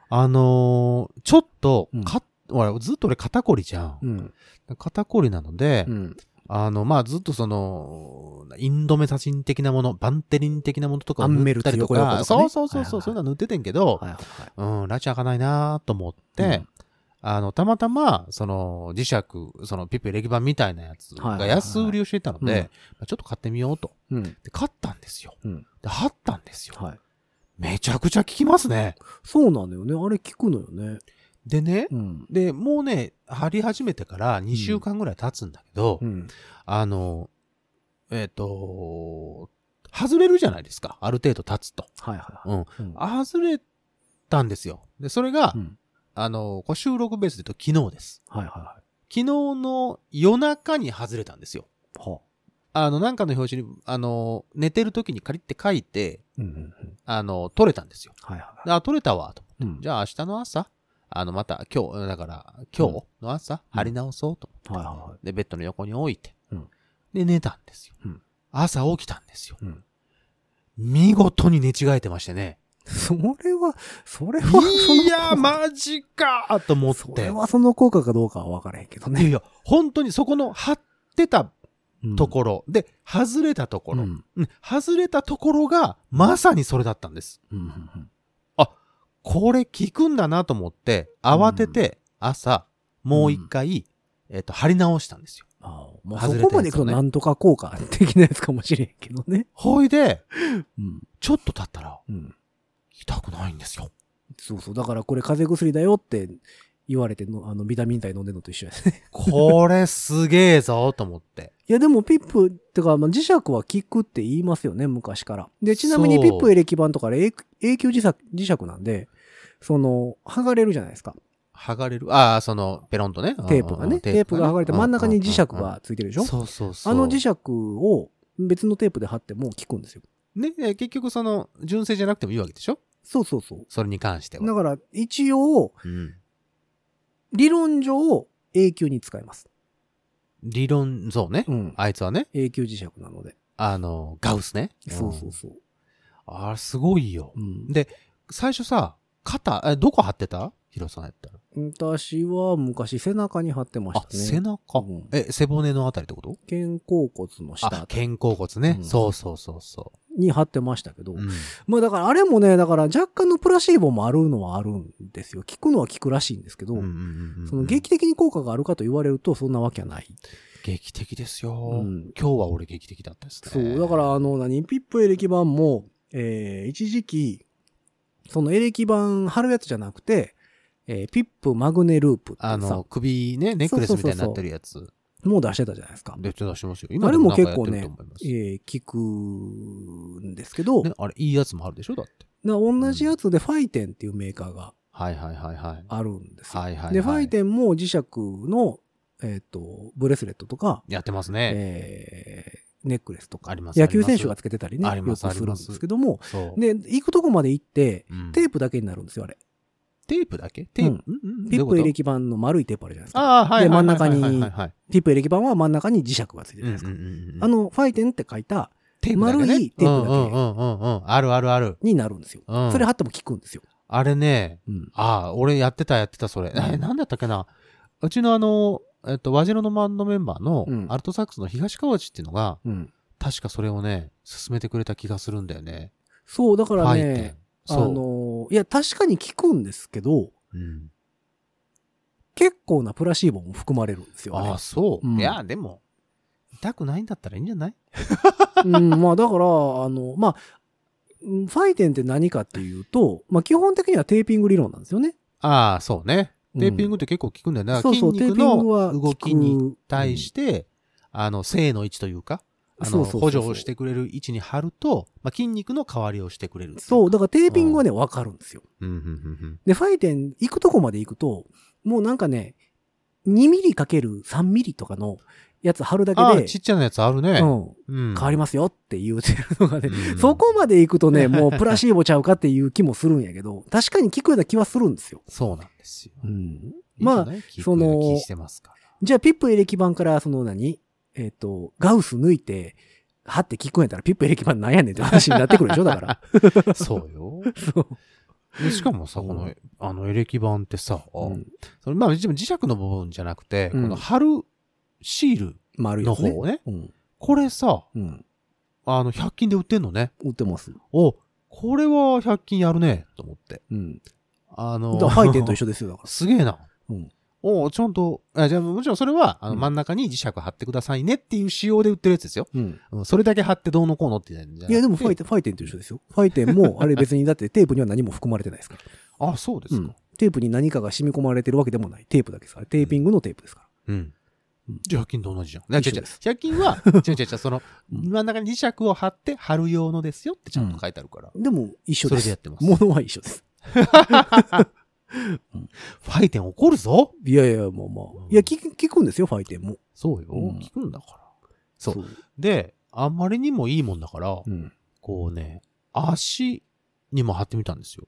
Speaker 3: あのーちょっと
Speaker 2: うん、
Speaker 3: か、ほら、ずっと俺肩こりじゃん。
Speaker 2: う。うん。
Speaker 3: 肩こりなので、
Speaker 2: うん。
Speaker 3: あの、まあ、ずっとその、インドメサチン的なもの、バンテリン的なものとかを
Speaker 2: アン
Speaker 3: 塗
Speaker 2: メ
Speaker 3: っ
Speaker 2: ル
Speaker 3: たりと
Speaker 2: ツヨコヨコ
Speaker 3: か、
Speaker 2: とかね
Speaker 3: そうそうそ
Speaker 2: は
Speaker 3: う、
Speaker 2: いはい
Speaker 3: そ
Speaker 2: は
Speaker 3: う
Speaker 2: い
Speaker 3: そういうの塗っててんけど、
Speaker 2: はいはいはい。
Speaker 3: うん、拉致開かないなーと思って、
Speaker 2: うん
Speaker 3: あの、たまたま、その、磁石、その、ピッピレギ版みたいなやつ
Speaker 2: はいはいは
Speaker 3: が
Speaker 2: い
Speaker 3: 安売りをしてたので、
Speaker 2: うん
Speaker 3: まあちょっと買ってみようと。
Speaker 2: うん。
Speaker 3: で、買ったんですよ。
Speaker 2: うん
Speaker 3: で、貼ったんですよ。
Speaker 2: はい。
Speaker 3: めちゃくちゃ効きますね。
Speaker 2: そうなんだよね。あれ聞くのよね。
Speaker 3: でね、
Speaker 2: うん。
Speaker 3: で、もうね、貼り始めてから2週間ぐらい経つんだけど、
Speaker 2: うん。
Speaker 3: あの、えっ、と、外れるじゃないですか。ある程度経つと。
Speaker 2: はいはい
Speaker 3: うん。
Speaker 2: はい。うん、
Speaker 3: 外れたんですよ。で、それが、
Speaker 2: うん。
Speaker 3: あの、こう収録ベースで言うと昨日です。
Speaker 2: はいはいは
Speaker 3: 昨日の夜中に外れたんですよ。
Speaker 2: い。はあ。
Speaker 3: あの、なんかの表紙に、あの、寝てる時にカリって書いて、
Speaker 2: うんうんうん。
Speaker 3: あの、取れたんですよ。
Speaker 2: はいはい。
Speaker 3: であ、取れたわ、と。
Speaker 2: うん
Speaker 3: じゃあ明日の朝、あの、また今日、だから、今日の朝、
Speaker 2: うん
Speaker 3: 貼り直そうと。
Speaker 2: はいはいはい。
Speaker 3: で、ベッドの横に置いて、
Speaker 2: うん
Speaker 3: で、寝たんですよ、
Speaker 2: うん
Speaker 3: 朝起きたんですよ。
Speaker 2: うん
Speaker 3: 見事に寝違えてまし てね。
Speaker 2: それは、それは、その
Speaker 3: いや、マジかーと思っ
Speaker 2: そ
Speaker 3: て。
Speaker 2: れはその効果かどうかは分からへんけど
Speaker 3: いやい
Speaker 2: ね。
Speaker 3: や、本当にそこの貼ってたと
Speaker 2: ろ
Speaker 3: ころ、で、外れたとこ
Speaker 2: う
Speaker 3: ろ、
Speaker 2: ん。うん
Speaker 3: うん外れたところが、まさにそれだったんです。
Speaker 2: うんうん
Speaker 3: これ効くんだなと思って、慌てて、朝、もう一回、えっ、と、貼り直したんですよ。
Speaker 2: ああまあ、そ
Speaker 3: 外れてるんですよね
Speaker 2: こまでいくとなんとか効果的なやつかもしれんけどね。
Speaker 3: ほいで、
Speaker 2: うん。
Speaker 3: ちょっと経ったら、
Speaker 2: うん。
Speaker 3: 痛くないんですよ。
Speaker 2: そうそう。だからこれ風邪薬だよって言われての、あの、ビタミン剤飲んでるのと一緒やね。
Speaker 3: これすげえぞと思って。
Speaker 2: いや、でもピップ、てか、まあ、磁石は効くって言いますよね、昔から。で、ちなみに
Speaker 3: そう
Speaker 2: ピップエレキ板とかあれ永永久磁石磁石なんで、その、剥がれるじゃないですか。
Speaker 3: 剥がれる。ああ、その、ペロンとね。
Speaker 2: テープが
Speaker 3: うんうんう
Speaker 2: ね。
Speaker 3: ん
Speaker 2: テープが剥がれて真ん中に磁石
Speaker 3: うんうんうん
Speaker 2: がついてるでしょ
Speaker 3: そうそうそう。
Speaker 2: あの磁石を別のテープで貼っても効くんですよ。
Speaker 3: ね、えー結局その、純正じゃなくてもいいわけでしょ
Speaker 2: そうそうそう。
Speaker 3: それに関して
Speaker 2: だ
Speaker 3: は。
Speaker 2: から、一応、
Speaker 3: うん
Speaker 2: 理論上、永久に使えます。
Speaker 3: 理論、そうね。
Speaker 2: ん。
Speaker 3: あいつはね、
Speaker 2: 永久磁石なので。
Speaker 3: あの、ガウスね。
Speaker 2: そうそ
Speaker 3: ん
Speaker 2: う。そう。
Speaker 3: ああ、すごいよ
Speaker 2: う。ん
Speaker 3: で、最初さ、肩、え、どこ貼ってたヒロさんやったら。
Speaker 2: 私は昔背中に貼ってまし
Speaker 3: あ
Speaker 2: た、ね。
Speaker 3: 背中
Speaker 2: うん。
Speaker 3: え、背骨のあたりってこと
Speaker 2: 肩甲骨の下
Speaker 3: あ、肩甲骨ね
Speaker 2: う。ん
Speaker 3: そうそうそうそ
Speaker 2: に貼ってましたけど。
Speaker 3: う。うん
Speaker 2: まあだからあれもね、だから若干のプラシーボもあるのはあるんですよ。効くのは効くらしいんですけど、
Speaker 3: うんうんうんうん
Speaker 2: その劇的に効果があるかと言われるとそんなわけはない。
Speaker 3: 劇的ですよ。
Speaker 2: ん
Speaker 3: 今日は俺劇的だったですね。
Speaker 2: そう、だからあの、何、ピップエレキ版も、えー、一時期、そのエレキ版貼るやつじゃなくて、えー、ピップマグネループって
Speaker 3: あ
Speaker 2: さ
Speaker 3: の、、首ね、ネックレスみたいになってるやつ。
Speaker 2: もう出してたじゃないですか。
Speaker 3: で、ちょっと出しますよ。
Speaker 2: あ
Speaker 3: 今
Speaker 2: れ
Speaker 3: で
Speaker 2: も
Speaker 3: も結
Speaker 2: 結構
Speaker 3: 構ね
Speaker 2: ね、、えー、効くんですけど、
Speaker 3: ね、あれ、いいやつもあるでしょだって。
Speaker 2: な同じやつでファイテンっていうメーカーが
Speaker 3: はいはいはいはい。
Speaker 2: あるんですよ。
Speaker 3: はいはいはい。
Speaker 2: で、ファイテンも磁石の、えっ、と、ブレスレットとか、
Speaker 3: やってますね。
Speaker 2: えーネックレスとか、
Speaker 3: あります
Speaker 2: 野球選手がつけてたりね、
Speaker 3: あり
Speaker 2: よ
Speaker 3: ま
Speaker 2: く
Speaker 3: す
Speaker 2: するんですけども、
Speaker 3: そう。
Speaker 2: で、行くとこまで行って、
Speaker 3: うん
Speaker 2: テープだけになるんですよ、あれ。
Speaker 3: テープだけテープうんうん
Speaker 2: ピップエレ
Speaker 3: キ。
Speaker 2: キ板の丸いテープあるじゃないですか。
Speaker 3: ああ、はい。
Speaker 2: で
Speaker 3: は
Speaker 2: 真
Speaker 3: い
Speaker 2: ん中に
Speaker 3: はいはいはい
Speaker 2: ピップエレキ板は真ん中に磁石がついてるじゃないですか。あ
Speaker 3: の、
Speaker 2: の、ファイテンって書いた
Speaker 3: テープだけね
Speaker 2: 丸いテープだけ
Speaker 3: うんうんうんうん。あるあるある。
Speaker 2: になるんですよ。
Speaker 3: うん
Speaker 2: それ貼っても効くんですよ。
Speaker 3: あれね、
Speaker 2: うん。
Speaker 3: ああ、俺やってたやってた、それ。
Speaker 2: うん
Speaker 3: え、 なんだったっけな。うちのあの、えっと、和白のバンドメンバーの
Speaker 2: うん
Speaker 3: アルトサックスの東川内っていうのが、
Speaker 2: うん。
Speaker 3: 確かそれをね、勧めてくれた気がするんだよね。
Speaker 2: そう、だか
Speaker 3: フ
Speaker 2: ら
Speaker 3: ァイテ
Speaker 2: ね
Speaker 3: ン、。
Speaker 2: あ
Speaker 3: そう。
Speaker 2: の、いや、確かに効くんですけど、
Speaker 3: うん
Speaker 2: 結構なプラシーボも含まれるんですよ。
Speaker 3: あ
Speaker 2: あ
Speaker 3: あ、そう。
Speaker 2: うん
Speaker 3: いや、でも、痛くないんだったらいいんじゃない
Speaker 2: れうん、まあだから、あの、まあ、うんファイテンって何かっていうと、まあ基本的にはテーピング理論なんですよね。
Speaker 3: ああ、そうね。
Speaker 2: うん
Speaker 3: テーピングって結構効くんだよね。だか
Speaker 2: そ
Speaker 3: ら
Speaker 2: うそう、
Speaker 3: 筋肉の動
Speaker 2: 効く
Speaker 3: きに対して、あの、正の位置というか、あ
Speaker 2: そ
Speaker 3: の、
Speaker 2: うそうそう
Speaker 3: 補
Speaker 2: そう
Speaker 3: 助をしてくれる位置に貼ると、まあ、筋肉の代わりをしてくれるってい
Speaker 2: そう、だからテーピングはね、わかるんですよ。
Speaker 3: う。うん、うん、うん
Speaker 2: で、ファイテン行くとこまで行くと、もうなんかね、2ミリかける3ミリとかのやつ貼るだ
Speaker 3: うん。あ
Speaker 2: け
Speaker 3: あ、
Speaker 2: で、
Speaker 3: ちっちゃなやつあるね。
Speaker 2: うん、
Speaker 3: うん。
Speaker 2: 変わりますよって言うてるのがね、
Speaker 3: うん
Speaker 2: そこまで行くと ね、もうプラシーボちゃうかっていう気もするんやけど、確かに効くような気はするんですよ。
Speaker 3: そうなんですよ。
Speaker 2: うん
Speaker 3: いいじゃ
Speaker 2: まあ
Speaker 3: ない、
Speaker 2: その
Speaker 3: 聞いてる気してますから。
Speaker 2: じゃあ、ピップエレキ版から、その何、えっ、と、ガウス抜いて、はって聞くんやったら、ピップエレキ版なんやねんって話になってくるでしょだ から。
Speaker 3: そうよ。
Speaker 2: そう。
Speaker 3: でしかもさ、
Speaker 2: うん
Speaker 3: この、あの、エレキ版ってさ、
Speaker 2: うん
Speaker 3: それまあ、でも磁石の部分じゃなくて、
Speaker 2: うん
Speaker 3: この貼るシール
Speaker 2: 丸い
Speaker 3: の
Speaker 2: やつね
Speaker 3: 方をね、
Speaker 2: うん。
Speaker 3: これさ、
Speaker 2: うん。
Speaker 3: あの、100均で売ってんのね。
Speaker 2: 売ってます。
Speaker 3: お、これは100均やるね、と思って。
Speaker 2: うん。
Speaker 3: あの
Speaker 2: だか、ら、ハイテンと一緒ですよ、だか
Speaker 3: すげえな。
Speaker 2: うん
Speaker 3: おちゃんと、あじゃあもちろんそれは、あ
Speaker 2: う
Speaker 3: の、
Speaker 2: ん
Speaker 3: 真ん中に磁石貼ってくださいねっていう仕様で売ってるやつですよ。
Speaker 2: ら。うん。
Speaker 3: うん、それだけ貼ってどうのこうのって言うんじゃない
Speaker 2: や、でも、ファイテン、ファイテンと一緒ですよ。ファイテン も、あれ別に、だってテープには何も含まれてないですから。
Speaker 3: あ、そうです
Speaker 2: うん
Speaker 3: か。
Speaker 2: テープに何かが染み込まれてるわけでもない。テープだけですから。テーピングのテープですから。
Speaker 3: うん
Speaker 2: うん。
Speaker 3: じゃあ100均と同じじゃん。いや違
Speaker 2: 一
Speaker 3: う
Speaker 2: 緒
Speaker 3: 違う
Speaker 2: です
Speaker 3: 100均 は、違う違う違う、その、
Speaker 2: うん
Speaker 3: 真ん中に磁石を貼って貼る用のですよってちゃんと書いてあるから。
Speaker 2: でも、一緒です。
Speaker 3: それでやってます
Speaker 2: ものは一緒です。
Speaker 3: ファイテン怒るぞ
Speaker 2: いやいや、まあまあ。いや、聞く聞くんですよ、ファイテンも。
Speaker 3: そうよ、
Speaker 2: うん
Speaker 3: 聞くんだから。そう
Speaker 2: う。
Speaker 3: で、あんまりにもいいもんだから、
Speaker 2: うん。
Speaker 3: こうね、足にも貼ってみたんですよ。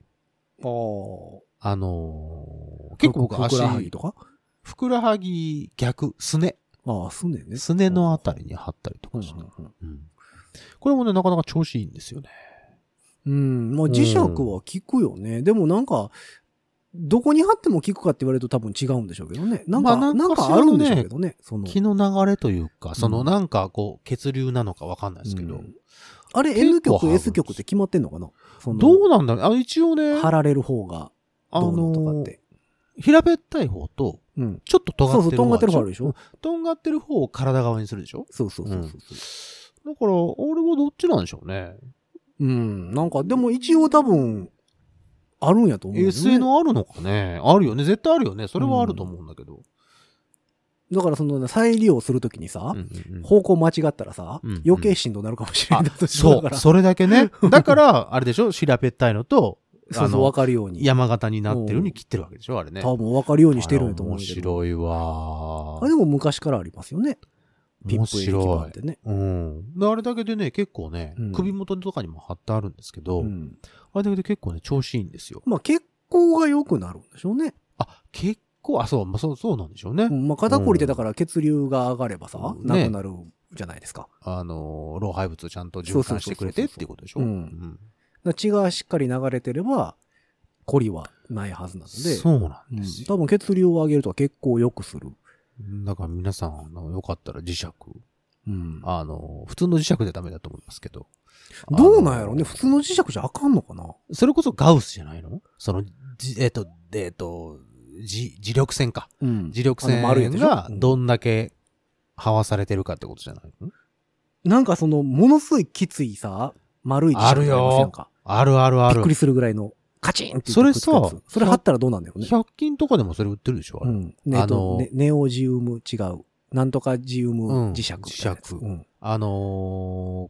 Speaker 2: ああ。
Speaker 3: あのー結構僕
Speaker 2: ふ
Speaker 3: 足
Speaker 2: く、らはぎとか
Speaker 3: ふくらはぎ逆、すね。
Speaker 2: ああ、すんねんね。
Speaker 3: すねのあたりに貼ったりと
Speaker 2: う
Speaker 3: か
Speaker 2: ん
Speaker 3: して。うんこれもね、なかなか調子いいんですよね。
Speaker 2: うん。うん。まあ、磁石は効くよね。でもなんか、どこに貼っても効くかって言われると多分違うんでしょうけどね。なんか、
Speaker 3: ま
Speaker 2: な
Speaker 3: あなん
Speaker 2: ん
Speaker 3: かし
Speaker 2: からあるん
Speaker 3: のね
Speaker 2: でしょうけどね。その。
Speaker 3: 気の流れというか、そうの
Speaker 2: ん
Speaker 3: なんかこう、血流なのかわかんないですけど、
Speaker 2: うんあれ、
Speaker 3: 結
Speaker 2: N
Speaker 3: 構貼
Speaker 2: 曲、
Speaker 3: るんです
Speaker 2: S 曲って決まってんのかなその
Speaker 3: どうなんだろうあの、一応ね、
Speaker 2: 貼られる方が、
Speaker 3: あ
Speaker 2: どうの
Speaker 3: の
Speaker 2: とかって。
Speaker 3: 平べったい方と、
Speaker 2: うん。
Speaker 3: ちょっと尖
Speaker 2: そう
Speaker 3: っ
Speaker 2: そう、
Speaker 3: てる
Speaker 2: とん
Speaker 3: 方
Speaker 2: がってる方あ
Speaker 3: は
Speaker 2: るでしょ
Speaker 3: とんがってる方を体側にするでしょ
Speaker 2: そうそうそうそう。
Speaker 3: だから、俺はどっちなんでしょうね。
Speaker 2: うん。なんか、でも一応多分、あるんやと思う、ね。
Speaker 3: SN あるのかねあるよね。絶対あるよね。それはあると思うんだけど。
Speaker 2: だからその、再利用するときにさ、
Speaker 3: うんうんうん
Speaker 2: 方向間違ったらさ、
Speaker 3: うん
Speaker 2: 余計振動になるかもしれ
Speaker 3: あ
Speaker 2: ないと
Speaker 3: そ
Speaker 2: だか
Speaker 3: う、
Speaker 2: ら
Speaker 3: それだ けね。だから、あれでしょ平べったいのと、
Speaker 2: そう
Speaker 3: あ
Speaker 2: そう、
Speaker 3: の
Speaker 2: わかるように。
Speaker 3: 山形になってるに切ってるわけでしょあれね。
Speaker 2: 多分わかるようにしてるんやと思う
Speaker 3: あれ
Speaker 2: けど。
Speaker 3: 面白いわ
Speaker 2: あれでも昔からありますよね。ピ
Speaker 3: 面
Speaker 2: ップエレキバ
Speaker 3: 白
Speaker 2: ンっ
Speaker 3: い。
Speaker 2: てね。
Speaker 3: うん。であれだけでね、結構ね、
Speaker 2: うん
Speaker 3: 首元とかにも貼ってあるんですけど、
Speaker 2: うん
Speaker 3: あれだけで結構ね、調子いいんですよ。
Speaker 2: まあ、血行が良くなるんでしょうね。
Speaker 3: あ、結構、あ、そう、まあ、そう、そうなんでしょうね。
Speaker 2: うんまあ、肩こりでだから血流が上がればさ、
Speaker 3: うん
Speaker 2: なくなるじゃないですか。だか
Speaker 3: あの、老廃物をちゃんと循環してくれてっていうことでしょ
Speaker 2: そうそうそうそうら血がしっかり流れてれば、こりはないはずなので、
Speaker 3: そうなん
Speaker 2: う
Speaker 3: で
Speaker 2: ん
Speaker 3: すよ。
Speaker 2: 多分血流を上げると血行を良くする。
Speaker 3: だから皆さん、あのよかったら磁石。
Speaker 2: うん
Speaker 3: あの、普通の磁石じゃダメだと思いますけど。
Speaker 2: どうなんやろうね
Speaker 3: あの
Speaker 2: 普通の磁石じゃあかんのかな
Speaker 3: それこそガウスじゃないのその、じえっ、と、えっ、と、じ磁力線か。
Speaker 2: うん
Speaker 3: 磁力
Speaker 2: あ
Speaker 3: 線
Speaker 2: の丸いやつでしょ
Speaker 3: が
Speaker 2: うん
Speaker 3: どんだけはわされてるかってことじゃないの
Speaker 2: なんかその、ものすごいきついさ、丸い磁石
Speaker 3: あるよ
Speaker 2: りませんか
Speaker 3: あるあるあ
Speaker 2: びっ
Speaker 3: る
Speaker 2: く。りするぐらいの、カチンって
Speaker 3: それ
Speaker 2: くっつくやつ
Speaker 3: さ
Speaker 2: それ貼ったらどうなんだよね。
Speaker 3: 100均とかでもそれ売ってるでしょあ
Speaker 2: う
Speaker 3: れ
Speaker 2: ん。ねえ
Speaker 3: あ
Speaker 2: と
Speaker 3: のー
Speaker 2: ねネオジウム違う。なんとかジウ
Speaker 3: うん
Speaker 2: ム磁石みたいなやつ。
Speaker 3: 磁石
Speaker 2: うん
Speaker 3: あのー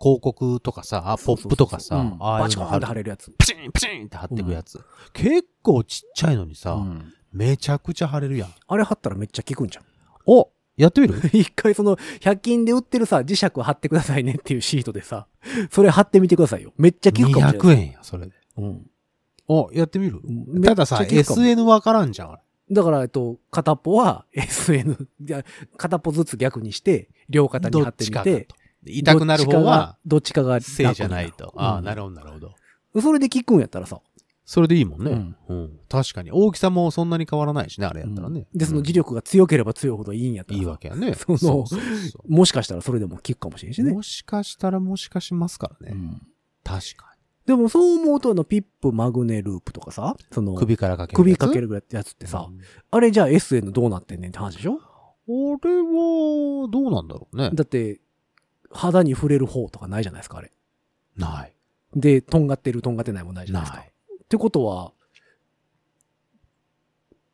Speaker 3: 広告とかさ、あポップとかさ、
Speaker 2: うん
Speaker 3: ああ
Speaker 2: バ
Speaker 3: いう
Speaker 2: チコ
Speaker 3: の
Speaker 2: ーン
Speaker 3: 貼
Speaker 2: って
Speaker 3: る
Speaker 2: 貼れるやつ。
Speaker 3: プチンプチンって貼っていくやつ。結構ちっちゃいのにさ、
Speaker 2: うん
Speaker 3: めちゃくちゃ貼れるやん。
Speaker 2: あれ貼ったらめっちゃ効くんじゃ ん。
Speaker 3: おやってみる
Speaker 2: 一回その、100均で売ってるさ、磁石貼ってくださいねっていうシートでさ、それ貼ってみてくださいよ。めっちゃ効くかもしれない。
Speaker 3: ?200 円や、それで。
Speaker 2: うん
Speaker 3: おやってみる
Speaker 2: うん
Speaker 3: たださ、
Speaker 2: めっちゃ効くかも
Speaker 3: SN わからんじゃん。あれ
Speaker 2: だから、えっと、片っぽは SN、いや片っぽずつ逆にして、両肩に
Speaker 3: ど
Speaker 2: 貼っ
Speaker 3: って
Speaker 2: み
Speaker 3: ちか
Speaker 2: て
Speaker 3: が、痛くなる方は、
Speaker 2: どっちかが、どっちか
Speaker 3: 正
Speaker 2: が
Speaker 3: じゃないと。ああ、なるほど、なるほど。
Speaker 2: ほど。それで効くんやったらさ。
Speaker 3: それでいいもんね。
Speaker 2: う
Speaker 3: うんん。確かに。大きさもそんなに変わらないしね、あれやったらね。
Speaker 2: で、その
Speaker 3: うん
Speaker 2: 磁力が強ければ強いほどいいんやったら
Speaker 3: い
Speaker 2: さ
Speaker 3: いわけやね。
Speaker 2: その
Speaker 3: うそうそ
Speaker 2: もしかしたらそれでも効くかもしれんし
Speaker 3: う
Speaker 2: ね。
Speaker 3: もしかしたらもしかしますから
Speaker 2: う
Speaker 3: ね。
Speaker 2: ん
Speaker 3: 確か
Speaker 2: でもそう思うと、あの、ピップマグネループとかさ、その、
Speaker 3: に。
Speaker 2: 首
Speaker 3: 首からかける。
Speaker 2: かけ
Speaker 3: る
Speaker 2: るぐらいやつってさ、
Speaker 3: うん
Speaker 2: あれじゃあ SN どうなってんねんって話でしょ
Speaker 3: あれは、どうなんだろうね。
Speaker 2: だって、肌に触れる方とかないじゃないですか、あれ。
Speaker 3: な
Speaker 2: で、とんがってるとんがってないもない
Speaker 3: い。
Speaker 2: じゃない
Speaker 3: な
Speaker 2: ですか。
Speaker 3: い。
Speaker 2: ってことは、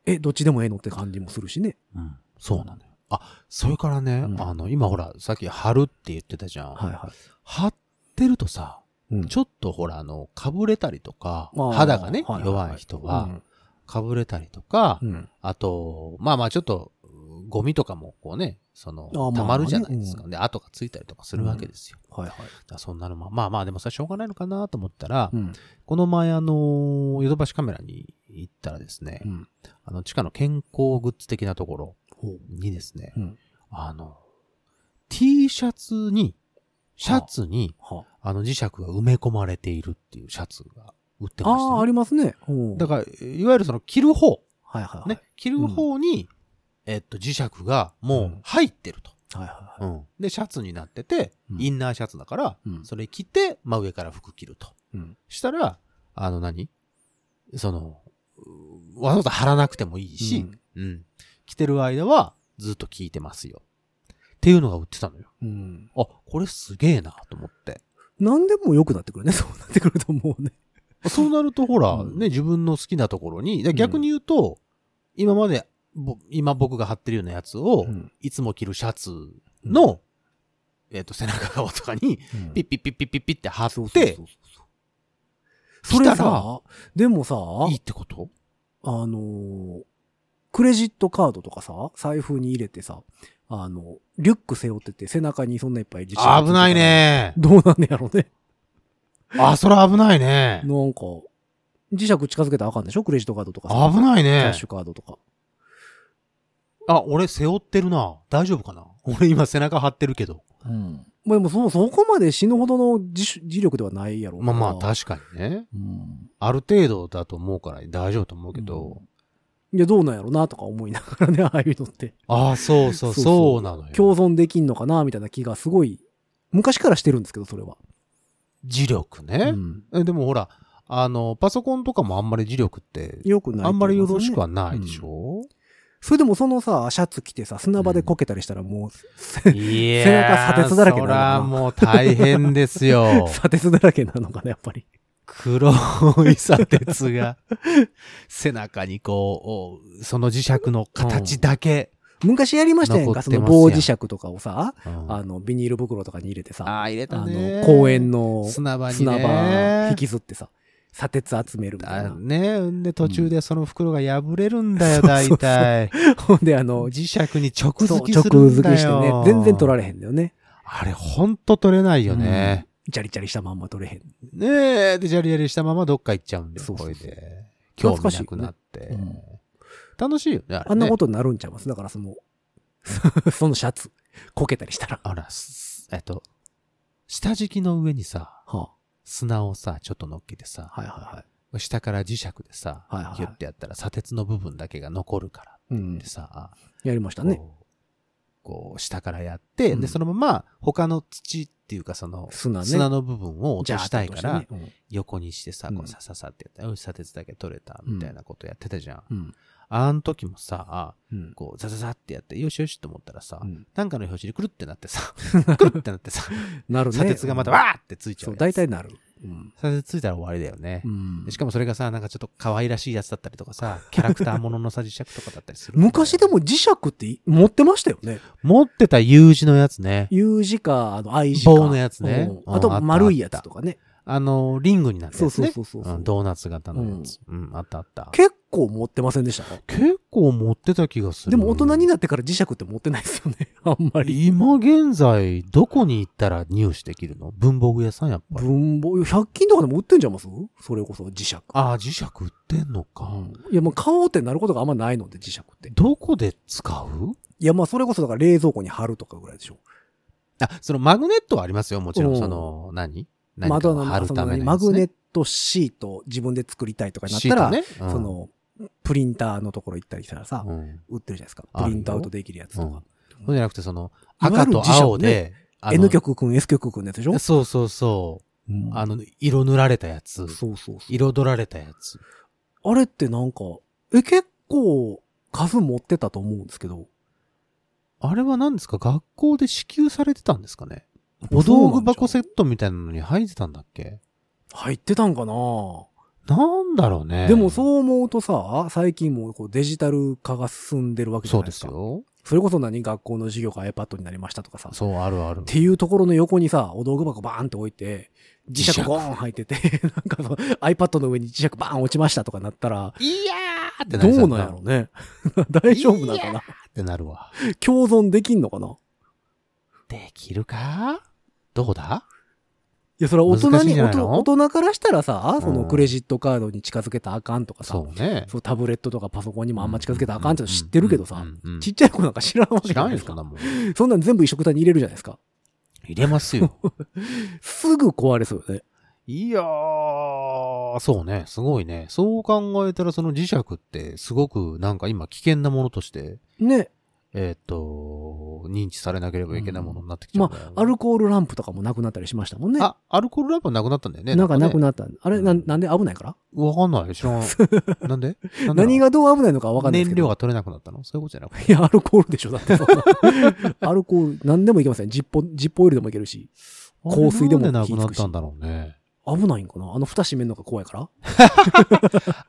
Speaker 2: え、どっちでもええのって感じもするしね。
Speaker 3: うん。そうなのよ。あ、それからね、
Speaker 2: うん
Speaker 3: あの、今ほら、さっき貼るって言ってたじゃん。
Speaker 2: はいは
Speaker 3: 貼ってるとさ、
Speaker 2: い。うん
Speaker 3: ちょっとほら、あの、かぶれたりとか、
Speaker 2: あー
Speaker 3: 肌がね、
Speaker 2: はいはいはい
Speaker 3: 弱い人は、かぶれたりとか、
Speaker 2: うんうん
Speaker 3: あと、まあまあちょっと、うんゴミとかもこうね、その、
Speaker 2: あまあ
Speaker 3: 溜まるじゃないですか。で、跡がついたりとかするわけですよ。
Speaker 2: はいはい。
Speaker 3: だからそんなのも、まあまあでもさ、しょうがないのかなと思ったら、
Speaker 2: うん
Speaker 3: この前あの、ヨドバシカメラに行ったらですね、
Speaker 2: うん
Speaker 3: あの、地下の健康グッズ的なところ、
Speaker 2: ほう
Speaker 3: にですね、
Speaker 2: うん
Speaker 3: あの、T シャツに、シャツに、
Speaker 2: は
Speaker 3: あの磁石が埋め込まれているっていうシャツが売って
Speaker 2: あ
Speaker 3: ました、
Speaker 2: あ、あ
Speaker 3: ね。
Speaker 2: りますね。ほう
Speaker 3: だから、いわゆるその着る方、
Speaker 2: はいはいはい。
Speaker 3: ね、着る方に、えっと、磁石がもう入ってると。
Speaker 2: はいは
Speaker 3: うんで、シャツになってて、
Speaker 2: うん
Speaker 3: インナーシャツだから、
Speaker 2: い。うん
Speaker 3: それ着て、真上から服着ると。
Speaker 2: うん
Speaker 3: したら、あの何その、うわざわざ貼らなくてもいいし、うん、着てる間はずっと聞いてますよ。っていうのが売ってたのよ。
Speaker 2: うん。
Speaker 3: あ、これすげえなと思って。
Speaker 2: 何でも良くなってくるね。そう なってくるともうね。
Speaker 3: そうなるとほら、
Speaker 2: うん
Speaker 3: ね、自分の好きなところに、で逆に言うと、今まで、ぼ今僕が貼ってるようなやつを、
Speaker 2: うん
Speaker 3: いつも着るシャツの、えっ、と、背中側とかに、ピッピッピッピッピッピッって貼
Speaker 2: そう
Speaker 3: っ
Speaker 2: そう
Speaker 3: て
Speaker 2: そう、そう。
Speaker 3: 来
Speaker 2: そ
Speaker 3: たら
Speaker 2: れさ、でもさ、
Speaker 3: いいってこと
Speaker 2: あのークレジットカードとかさ、財布に入れてさ、あの、リュック背負ってて背中にそんないっぱい自がつて
Speaker 3: 危
Speaker 2: たら
Speaker 3: ない。ね。
Speaker 2: どうなんねやろうね。
Speaker 3: あ、それ危ないね。
Speaker 2: なんか、磁石近づけたらあかんでしょクレジットカードとかさ。
Speaker 3: 危ない
Speaker 2: キャッ
Speaker 3: ね
Speaker 2: シ。ュカードとか。
Speaker 3: あ、俺背負ってるな。大丈夫かな俺今背中張ってるけど。
Speaker 2: うん。まあでもそ、そこまで死ぬほどの自主自力ではないやろう
Speaker 3: ま
Speaker 2: か
Speaker 3: あ
Speaker 2: ら
Speaker 3: まあ、確かにね。
Speaker 2: うん。
Speaker 3: ある程度だと思うから大丈夫と思うけど。
Speaker 2: いや、どうなんやろなとか思いながらね、 ああいうのって。
Speaker 3: ああ、そうそう、
Speaker 2: そうそう
Speaker 3: そうなのよ。
Speaker 2: 共存できんのかなみたいな気がすごい、昔からしてるんですけど、それは。
Speaker 3: 磁力
Speaker 2: う
Speaker 3: ね。
Speaker 2: ん
Speaker 3: えでもほら、あの、パソコンとかもあんまり磁力って、
Speaker 2: よくない。
Speaker 3: あんまりよろしくは
Speaker 2: ね。
Speaker 3: ないでしょ
Speaker 2: それでもそのさ、シャツ着てさ、砂場でこけたりしたらもう、
Speaker 3: いや
Speaker 2: 背中砂鉄だらけ
Speaker 3: そ
Speaker 2: になるな。
Speaker 3: らもう大変ですよ
Speaker 2: 砂鉄だらけなのかな、やっぱり。
Speaker 3: 黒い砂鉄が、背中にこう、その磁石の形だけ。
Speaker 2: 昔やりましたやん
Speaker 3: 残
Speaker 2: か、
Speaker 3: っ
Speaker 2: そ
Speaker 3: てますや
Speaker 2: の
Speaker 3: ん
Speaker 2: 棒磁石とかをさ、
Speaker 3: うん
Speaker 2: あの、ビニール袋とかに入れてさ、
Speaker 3: あー、入れ
Speaker 2: あ
Speaker 3: たね。
Speaker 2: の、公園の
Speaker 3: 砂場にね。
Speaker 2: 砂場引きずってさ、砂鉄集めるみたい
Speaker 3: だ
Speaker 2: な。
Speaker 3: ね。で、途中でその袋が破れるんだよ、
Speaker 2: うんそうそ
Speaker 3: 大
Speaker 2: うそう
Speaker 3: 体。
Speaker 2: ほんで、あの、
Speaker 3: 磁石に直
Speaker 2: そう
Speaker 3: 付き
Speaker 2: 直
Speaker 3: するん
Speaker 2: 付
Speaker 3: だ
Speaker 2: きしてね
Speaker 3: よ。、
Speaker 2: 全然取られへんだよね。
Speaker 3: あれ、ほんと取れないよね。
Speaker 2: ジャリジャリしたまんま取れへん。
Speaker 3: ねえ、で、ジャリジャリしたままどっか行っちゃうんだよ、
Speaker 2: そう
Speaker 3: こ
Speaker 2: そう
Speaker 3: れ
Speaker 2: そう
Speaker 3: で。興
Speaker 2: 懐か
Speaker 3: 味
Speaker 2: しい
Speaker 3: なくなって
Speaker 2: ねうん。
Speaker 3: 楽しいよね、れね
Speaker 2: あんなことになるんちゃいますだからその、 そのシャツ、こけたりしたら。
Speaker 3: あら、すえっと、下敷きの上にさ、
Speaker 2: は
Speaker 3: 砂をさ、ちょっと乗っけてさ、
Speaker 2: はいはいはい。
Speaker 3: 下から磁石でさ、
Speaker 2: はいはいはい
Speaker 3: ギュッてやったら砂鉄の部分だけが残るから
Speaker 2: う
Speaker 3: っ
Speaker 2: ん
Speaker 3: て。さ、
Speaker 2: やりましたね。
Speaker 3: こう、こう下からやって、
Speaker 2: うん
Speaker 3: で、そのまま他の土っていうかその、
Speaker 2: 砂ね。
Speaker 3: 砂の部分を落
Speaker 2: じゃ
Speaker 3: と
Speaker 2: あ
Speaker 3: したいから、
Speaker 2: 落としてね
Speaker 3: 横にしてさ、こ
Speaker 2: う
Speaker 3: うんさささってやったら、よし砂鉄だけ取れた、みたいなことやってたじゃん。
Speaker 2: うん。
Speaker 3: あん時もさ、
Speaker 2: うん。
Speaker 3: こう、ザザザってやって、よしよしと思ったらさ、
Speaker 2: うん
Speaker 3: なんかの表紙にくるってなってさ、 くるってなってさ、
Speaker 2: なるね。
Speaker 3: 砂鉄がまた
Speaker 2: うん
Speaker 3: わーってついちゃう
Speaker 2: そう、
Speaker 3: やつ。
Speaker 2: 大体なる。うん。
Speaker 3: 砂鉄ついたら終わりだよね
Speaker 2: う。ん
Speaker 3: しかもそれがさ、なんかちょっと可愛らしいやつだったりとかさ、キャラクターもののさ、磁石とかだったりする。
Speaker 2: 昔でも磁石ってい持ってましたよね。
Speaker 3: 持ってた U 字のやつね。
Speaker 2: U 字か、あの、I 字か。
Speaker 3: 棒のやつね
Speaker 2: うん
Speaker 3: うん
Speaker 2: あ
Speaker 3: あったあ
Speaker 2: と、
Speaker 3: った
Speaker 2: 丸いやつとかね。
Speaker 3: あの、リングになった
Speaker 2: そ
Speaker 3: や
Speaker 2: う
Speaker 3: つ
Speaker 2: そう
Speaker 3: ね。
Speaker 2: そうそう。
Speaker 3: うんドーナツ型のやつ。うん、あったあった。
Speaker 2: 結構持ってませんでしたか
Speaker 3: 結構持ってた気がする。
Speaker 2: でも大人になってから磁石って持ってないですよね。 あんまり。
Speaker 3: 今現在、どこに行ったら入手できるの文房具屋さんやっぱり。
Speaker 2: 文房、100均とかでも売ってんじゃいますそれこそ磁石。
Speaker 3: ああ、磁石売ってんのか。
Speaker 2: いや、まあ、買おうってなることがあんまないので、磁石って。
Speaker 3: どこで使う
Speaker 2: いや、まあ、それこそだから冷蔵庫に貼るとかぐらいでしょ。
Speaker 3: あ、そのマグネットはありますよ。もちろ、
Speaker 2: うんん
Speaker 3: その、何何か
Speaker 2: 窓
Speaker 3: を
Speaker 2: の
Speaker 3: 貼る
Speaker 2: そ
Speaker 3: た
Speaker 2: の
Speaker 3: めのやつ、ね。
Speaker 2: マグネットシート自分で作りたいとかになったら、
Speaker 3: シートね、うん
Speaker 2: そ、の、プリンターのところ行ったりしたらさ、
Speaker 3: うん。
Speaker 2: 売ってるじゃないですか。
Speaker 3: あるよ
Speaker 2: プリントアウトできるやつとか。
Speaker 3: そうじゃなくて、その、
Speaker 2: いわゆ
Speaker 3: 赤
Speaker 2: る
Speaker 3: と
Speaker 2: 磁石ね
Speaker 3: 青で、あの
Speaker 2: N 曲くん、S 曲くんのやつでしょ、
Speaker 3: そうそうそうう。
Speaker 2: ん
Speaker 3: あの、色塗られたやつ。
Speaker 2: そうそうそう。
Speaker 3: 彩られたやつ。
Speaker 2: あれってなんか、え、結構、数持ってたと思うんですけど、
Speaker 3: あれは何ですか学校で支給されてたんですかねお
Speaker 2: そうな
Speaker 3: 道
Speaker 2: んじゃ
Speaker 3: 具
Speaker 2: ん
Speaker 3: 箱セットみたいなのに入ってたんだっけ
Speaker 2: 入ってたんかな
Speaker 3: なんだろうね。。
Speaker 2: でもそうう思うとさ、最近もうこうデジタル化が進んでるわけじゃ
Speaker 3: そ
Speaker 2: な
Speaker 3: う
Speaker 2: い
Speaker 3: で
Speaker 2: です
Speaker 3: す
Speaker 2: か。
Speaker 3: よ。
Speaker 2: それこそ何学校の授業が iPad になりましたとかさ。っ
Speaker 3: そう、あるある。
Speaker 2: ていうところの横にさ、お道具箱バーンって置いて、磁石ゴーン入ってて、 なんかその iPad の上に磁石バーン落ちましたとかなったら、
Speaker 3: いやーってな
Speaker 2: ど
Speaker 3: りそうう
Speaker 2: なんや
Speaker 3: っ
Speaker 2: ろうね。 大丈夫なのか
Speaker 3: い
Speaker 2: な
Speaker 3: てなるわ。
Speaker 2: 共存できんのかな
Speaker 3: できるかどうだ
Speaker 2: や、それは大人
Speaker 3: 難しいん
Speaker 2: に、
Speaker 3: じゃ
Speaker 2: 大
Speaker 3: ないの
Speaker 2: 人大人からしたらさ、その
Speaker 3: うん
Speaker 2: クレジットカードに近づけたらあかんとかさ、
Speaker 3: そうね。
Speaker 2: そうタブレットとかパソコンにもあんま近づけたらあかんっての知ってるけどさ、
Speaker 3: うんうんうん
Speaker 2: ちっちゃい子なんか知らんわけ
Speaker 3: 知
Speaker 2: じゃ
Speaker 3: ら
Speaker 2: なんい
Speaker 3: よ、
Speaker 2: です
Speaker 3: そ
Speaker 2: か
Speaker 3: ん。なもん。
Speaker 2: そんなん全部一緒くたに入れるじゃないですか。
Speaker 3: 入れますよ。
Speaker 2: すぐ壊れそうよね。
Speaker 3: いやー、そうね、すごいね。そう考えたらその磁石ってすごくなんか今危険なものとして、
Speaker 2: ね。
Speaker 3: えーっと、認知されなければいけないものになってきちゃうから、
Speaker 2: アルコールランプとかもなくなったりしましたもんね。
Speaker 3: あ、アルコールランプなくなったんだよね。
Speaker 2: なんかなく
Speaker 3: っ
Speaker 2: なった。あれ、な
Speaker 3: うんん
Speaker 2: なんで危ないから
Speaker 3: た。わかんない。知らん。なんでなんで
Speaker 2: 何がどう危ないのかわかんないです
Speaker 3: 燃
Speaker 2: けど。
Speaker 3: 料が取れなくなったのそういうことじゃなく
Speaker 2: い
Speaker 3: て。
Speaker 2: や、アルコールでしょ、だって さ。アルコール、何でもいけません。ジッポ、ジッポオイルでもいけるし。香水でも
Speaker 3: あれなんでなくなったんだろうね。
Speaker 2: 危ないんかなあの蓋閉めるのが怖いから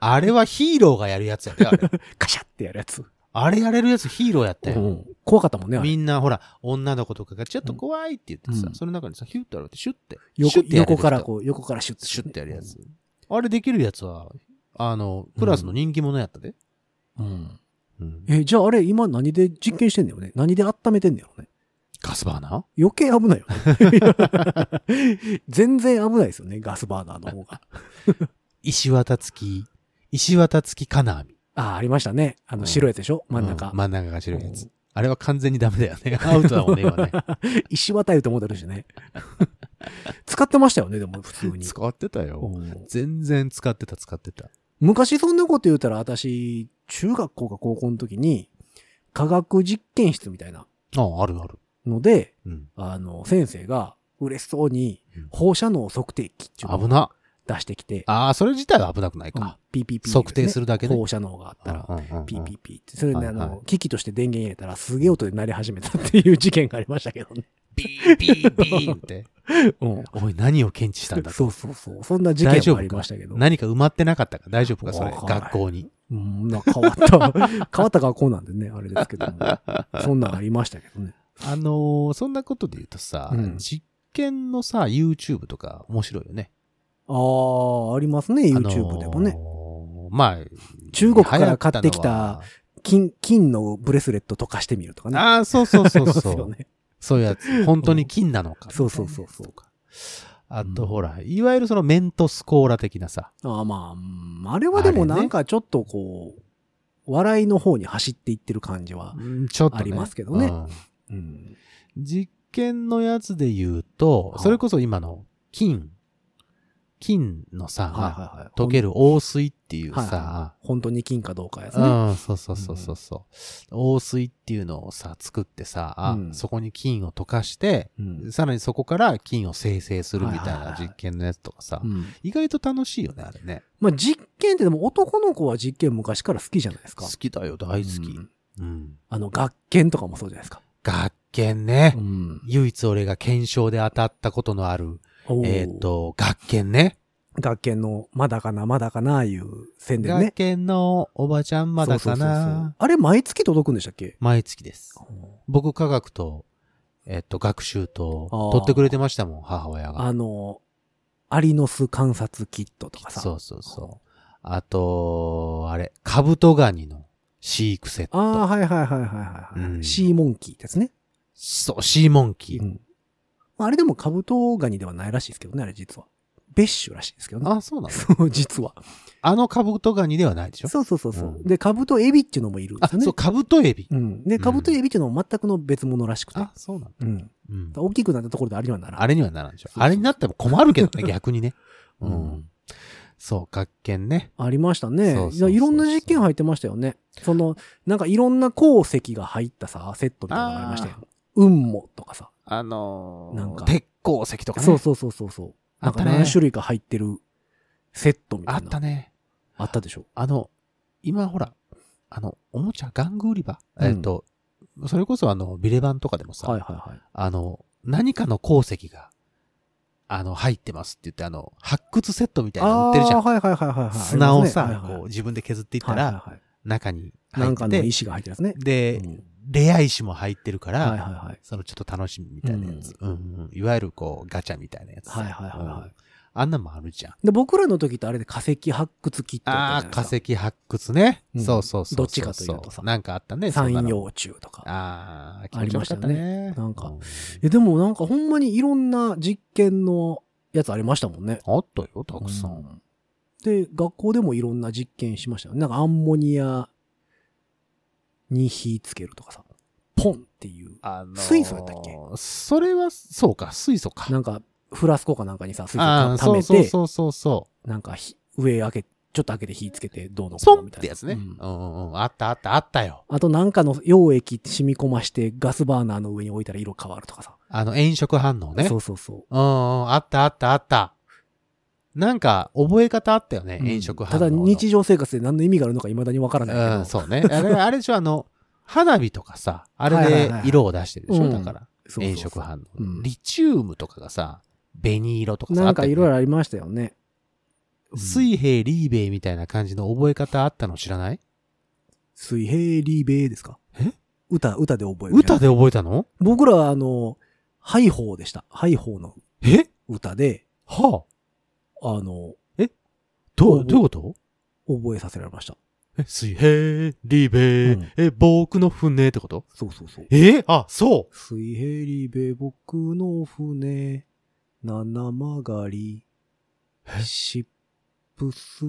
Speaker 3: あれはヒーローがやるやつやで、あれ。
Speaker 2: カシャってやるやつ。
Speaker 3: あれやれるやつヒーローやった
Speaker 2: う
Speaker 3: よ。
Speaker 2: ん怖かったもんね、あれ
Speaker 3: みんなほら、女の子とかがちょっと怖いって言ってさ、
Speaker 2: うん
Speaker 3: その中にさ、ヒュッとやるって、シュッて。シ
Speaker 2: 横
Speaker 3: ュッてやれる
Speaker 2: 横
Speaker 3: 人
Speaker 2: からこう、横からシュッて。
Speaker 3: シュッてやるやつ。あれできるやつは、あの、クラスの人気者やったで。
Speaker 2: うん。
Speaker 3: うん。
Speaker 2: え、じゃああれ、今何で実験してんだよね何で温めてんだよね
Speaker 3: ガスバーナ
Speaker 2: 余計危ないよね。 全然危ないですよね、ガスバーナーの方が。
Speaker 3: ー石綿付き、石綿付き金網。
Speaker 2: ああ、ありましたね。あ
Speaker 3: う
Speaker 2: の、
Speaker 3: ん
Speaker 2: 白いやつでしょ真ん
Speaker 3: う
Speaker 2: 中。
Speaker 3: 真ん中が白いや
Speaker 2: う
Speaker 3: つ。あれは完全にダメだよ ね。アウトだもんね、今ね。
Speaker 2: 石渡ると思ってるしね。 使ってましたよね、でも普通に。
Speaker 3: 使ってたよ。
Speaker 2: うん
Speaker 3: 全然使ってた、使ってた。
Speaker 2: 昔そんなこと言うたら、私、中学校か高校の時に、科学実験室みたいな
Speaker 3: あ、あるある。
Speaker 2: ので、
Speaker 3: うん。
Speaker 2: あの、先生が嬉しそうに
Speaker 3: うん、
Speaker 2: 放射能測定器っていうの
Speaker 3: 危
Speaker 2: を
Speaker 3: な。
Speaker 2: 出してきて、
Speaker 3: ああ、それ自体は危なくないか。
Speaker 2: PPP。
Speaker 3: 測定す
Speaker 2: る
Speaker 3: るだけで。
Speaker 2: 放射能があったら、
Speaker 3: うんうんうんうん
Speaker 2: PPP って。それ
Speaker 3: はい
Speaker 2: で、あ
Speaker 3: は
Speaker 2: の、機器として電源入れたら、すげえ音で鳴り始めたっていう事件がありましたけどね。
Speaker 3: ビービービーって。おい、何を検知したんだ
Speaker 2: そうそうそう。そんな事件もありましたけど。
Speaker 3: 何か埋まってなかったか大丈夫かそれ。
Speaker 2: わかんない
Speaker 3: 学校に。
Speaker 2: うん、なんか変わった。変わった学校なんでね、あれですけども。 そんなんありましたけどね。
Speaker 3: あのーそんなことで言うとさ、
Speaker 2: うん
Speaker 3: 実験のさ、YouTube とか面白いよね。
Speaker 2: ああ、ありますね、YouTube でもね。
Speaker 3: あのーまあ、
Speaker 2: 中国から買ってきた
Speaker 3: 流行っ
Speaker 2: 金、金のブレスレット溶かしてみるとか
Speaker 3: たの
Speaker 2: ね。
Speaker 3: は。ああ、そうそうそう
Speaker 2: あります
Speaker 3: そ
Speaker 2: よ
Speaker 3: う。
Speaker 2: ね。
Speaker 3: そういうやつ。本当に金なのか。
Speaker 2: そうそうそうそう
Speaker 3: とか。あと、ほら、いわゆるそのメントスコーラ的なさ。
Speaker 2: ああまあうん、あれはでもなんかちょっとこう、笑いの方に走っていってる感じは。
Speaker 3: ちょっと、ね。
Speaker 2: ありますけどね
Speaker 3: うん
Speaker 2: うん。
Speaker 3: 実験のやつで言うと
Speaker 2: は、い
Speaker 3: それこそ今の金、金の
Speaker 2: は
Speaker 3: さ、
Speaker 2: いはいはい。
Speaker 3: 溶ける王水っていう
Speaker 2: はい
Speaker 3: さ、
Speaker 2: 本当に金かどうかやつね。
Speaker 3: うん、そうそうそうそうそう。王水っていうのをさ、作ってさ、あ
Speaker 2: うん
Speaker 3: そこに金を溶かして、
Speaker 2: うん
Speaker 3: さらにそこから金を生成するみたい
Speaker 2: はいはい
Speaker 3: な
Speaker 2: はい
Speaker 3: 実験のやつとかさ、
Speaker 2: うん
Speaker 3: 意外と楽しいよね、あれね。
Speaker 2: まあ実験ってでも男の子は実験昔から好きじゃないですか。
Speaker 3: 好きだよ、大好き
Speaker 2: う。ん
Speaker 3: うん。
Speaker 2: あの、学研とかもそうじゃないですか。
Speaker 3: 学研ね。
Speaker 2: ん。
Speaker 3: 唯一俺が検証で当たったことのある、えっ、
Speaker 2: と
Speaker 3: と、学研ね。
Speaker 2: 学研のまだかな、まだかな、いう宣伝
Speaker 3: 学
Speaker 2: ね。
Speaker 3: 研のおばちゃんまだか
Speaker 2: そうそうそうそう
Speaker 3: な。
Speaker 2: あれ、毎月届くんでしたっけ
Speaker 3: 毎月です。僕科学と、えっと、学習と
Speaker 2: あー、
Speaker 3: 取ってくれてましたもん、母親が。
Speaker 2: あの、アリノス観察キットとかさ。
Speaker 3: そうそうそう。あと、あれ、カブトガニの飼育セッ
Speaker 2: ああ、
Speaker 3: ト。
Speaker 2: はいはいはいはいはいはい、
Speaker 3: うん
Speaker 2: シーモンキーですね。
Speaker 3: そう、シーモンキ
Speaker 2: う
Speaker 3: ー。
Speaker 2: んまあ、あれでもカブトガニではないらしいですけどね、あれ実は。ベッシュらしいですけどね。
Speaker 3: あ、そうな の
Speaker 2: そう、実は。
Speaker 3: あのカブトガニではないでしょ
Speaker 2: そうそうそうそう、
Speaker 3: うん
Speaker 2: で、カブトエビっていうのもいるんで
Speaker 3: あ、
Speaker 2: すよね。
Speaker 3: そう、カブトエビ。
Speaker 2: うん。で、カブトエビっていうのも全くの別物らしくて。
Speaker 3: あ、そうなの
Speaker 2: うん。
Speaker 3: うん。
Speaker 2: 大きくなったところであれにはならん
Speaker 3: あれにはならんでしょ
Speaker 2: そうそう
Speaker 3: あれになっても困るけど ね、逆にね。う。
Speaker 2: うん
Speaker 3: そう、学研ね。
Speaker 2: ありましたね。
Speaker 3: そうそうそうそう
Speaker 2: いろんな実験入ってましたよね。その、なんかいろんな鉱石が入ったさ、セットみたいなのがありましたよ
Speaker 3: あ。
Speaker 2: 雲母とかさ。
Speaker 3: あのー
Speaker 2: なんか
Speaker 3: 鉄鉱石とかね。
Speaker 2: そうそうそうそうそう。
Speaker 3: あ
Speaker 2: な
Speaker 3: っ
Speaker 2: んか
Speaker 3: たね
Speaker 2: 何種類か入ってるセットみたい
Speaker 3: あ
Speaker 2: な。
Speaker 3: った
Speaker 2: ね。
Speaker 3: ね。
Speaker 2: あったでしょ。
Speaker 3: あの、今ほら、あの、おもちゃ、玩具売り場。
Speaker 2: うん
Speaker 3: えっと、それこそあの、ビレ版とかでもさ、
Speaker 2: はいはいはい。
Speaker 3: あの、何かの鉱石が、あの、入ってますって言って、あの、発掘セットみたいなの売ってるじゃ
Speaker 2: あー
Speaker 3: ん。
Speaker 2: はいはいはいはいはい。
Speaker 3: 砂をさ、
Speaker 2: ありますねはいはい
Speaker 3: こう自分で削っていった
Speaker 2: はい
Speaker 3: ら、
Speaker 2: はいはい
Speaker 3: 中に
Speaker 2: な
Speaker 3: 入
Speaker 2: ん
Speaker 3: っ
Speaker 2: か
Speaker 3: て
Speaker 2: の
Speaker 3: て、
Speaker 2: 石が入ってるやつね。
Speaker 3: で、
Speaker 2: うん
Speaker 3: レア石も入ってるから、
Speaker 2: はいはいはい。
Speaker 3: そのちょっと楽しみみたいなやつ。うんうんいわゆるこう、ガチャみたいなやつ。
Speaker 2: はいはいはいは
Speaker 3: うんあんなもあるじゃん。
Speaker 2: で、僕らの時ってあれで化石発掘キットだ
Speaker 3: あ
Speaker 2: っ
Speaker 3: あー、
Speaker 2: たじゃな
Speaker 3: 化
Speaker 2: いですか。
Speaker 3: 石発掘ね。
Speaker 2: うん
Speaker 3: そうそうそうそう。
Speaker 2: どっちかというとさ
Speaker 3: なんかあったね。そんな
Speaker 2: 山
Speaker 3: の
Speaker 2: 陽虫とか。
Speaker 3: ああ、気持ちよかった
Speaker 2: ありま
Speaker 3: ね。
Speaker 2: したねなんか
Speaker 3: う
Speaker 2: え、でもなんかほんまにいろんな実験のやつありましたもんね。
Speaker 3: あったよ、たくさん。
Speaker 2: うんで、学校でもいろんな実験しましたよね。なんかアンモニアに火つけるとかさ、ポンっていう、
Speaker 3: あのー
Speaker 2: 水素やったっけ
Speaker 3: それは、そうか、水素か。
Speaker 2: なんかフラスコかなんかにさ、水素
Speaker 3: あ
Speaker 2: た
Speaker 3: あ、
Speaker 2: 溜
Speaker 3: そ
Speaker 2: め
Speaker 3: うそう
Speaker 2: て、
Speaker 3: そうそうそ
Speaker 2: なんか火上開け、ちょっと開けて火つけてどうの
Speaker 3: う。
Speaker 2: こう
Speaker 3: ポ
Speaker 2: の
Speaker 3: ンっ
Speaker 2: みたいな。
Speaker 3: てやつね。う
Speaker 2: うん
Speaker 3: んうんうん。あったあったあったよ。
Speaker 2: あとなんかの溶液染み込ましてガスバーナーの上に置いたら色変わるとかさ。
Speaker 3: あの、炎色反応ね。
Speaker 2: そうそうそう。
Speaker 3: うんうん、あったあったあった。なんか、覚え方あったよね、
Speaker 2: うん
Speaker 3: 炎色反
Speaker 2: た
Speaker 3: 応
Speaker 2: だ
Speaker 3: の。
Speaker 2: 日常生活で何の意味があるのか未だにわからないけど、
Speaker 3: うん、そうね。あれ、あれでしょ、あの、花火とかさ、あれ
Speaker 2: はいはい
Speaker 3: で
Speaker 2: はいはい
Speaker 3: 色を出してるでし
Speaker 2: う
Speaker 3: ょ、
Speaker 2: ん
Speaker 3: だから。
Speaker 2: そうそうそう
Speaker 3: 炎色反
Speaker 2: う
Speaker 3: 応、
Speaker 2: ん
Speaker 3: リチウムとかがさ、紅色とかさ、
Speaker 2: なんかいろい
Speaker 3: あっ
Speaker 2: ろありましたよね。
Speaker 3: たよね水平、リーベイみたいな感じの覚え方あったの知らない
Speaker 2: 水平リーベーですか
Speaker 3: え
Speaker 2: 歌、歌で覚える。
Speaker 3: 歌で覚えたの
Speaker 2: 僕らはあの、ハイホーでした。ハイホーの
Speaker 3: え
Speaker 2: 歌で、
Speaker 3: はあ、
Speaker 2: あの、
Speaker 3: ど
Speaker 2: お
Speaker 3: う、どういうこと
Speaker 2: 覚えさせられました。
Speaker 3: え、水平、リーベイ、
Speaker 2: うん
Speaker 3: え、僕の船ってこと
Speaker 2: そうそうそう。
Speaker 3: えあ、そ
Speaker 2: 水平リベ僕の船、七曲がり、シップス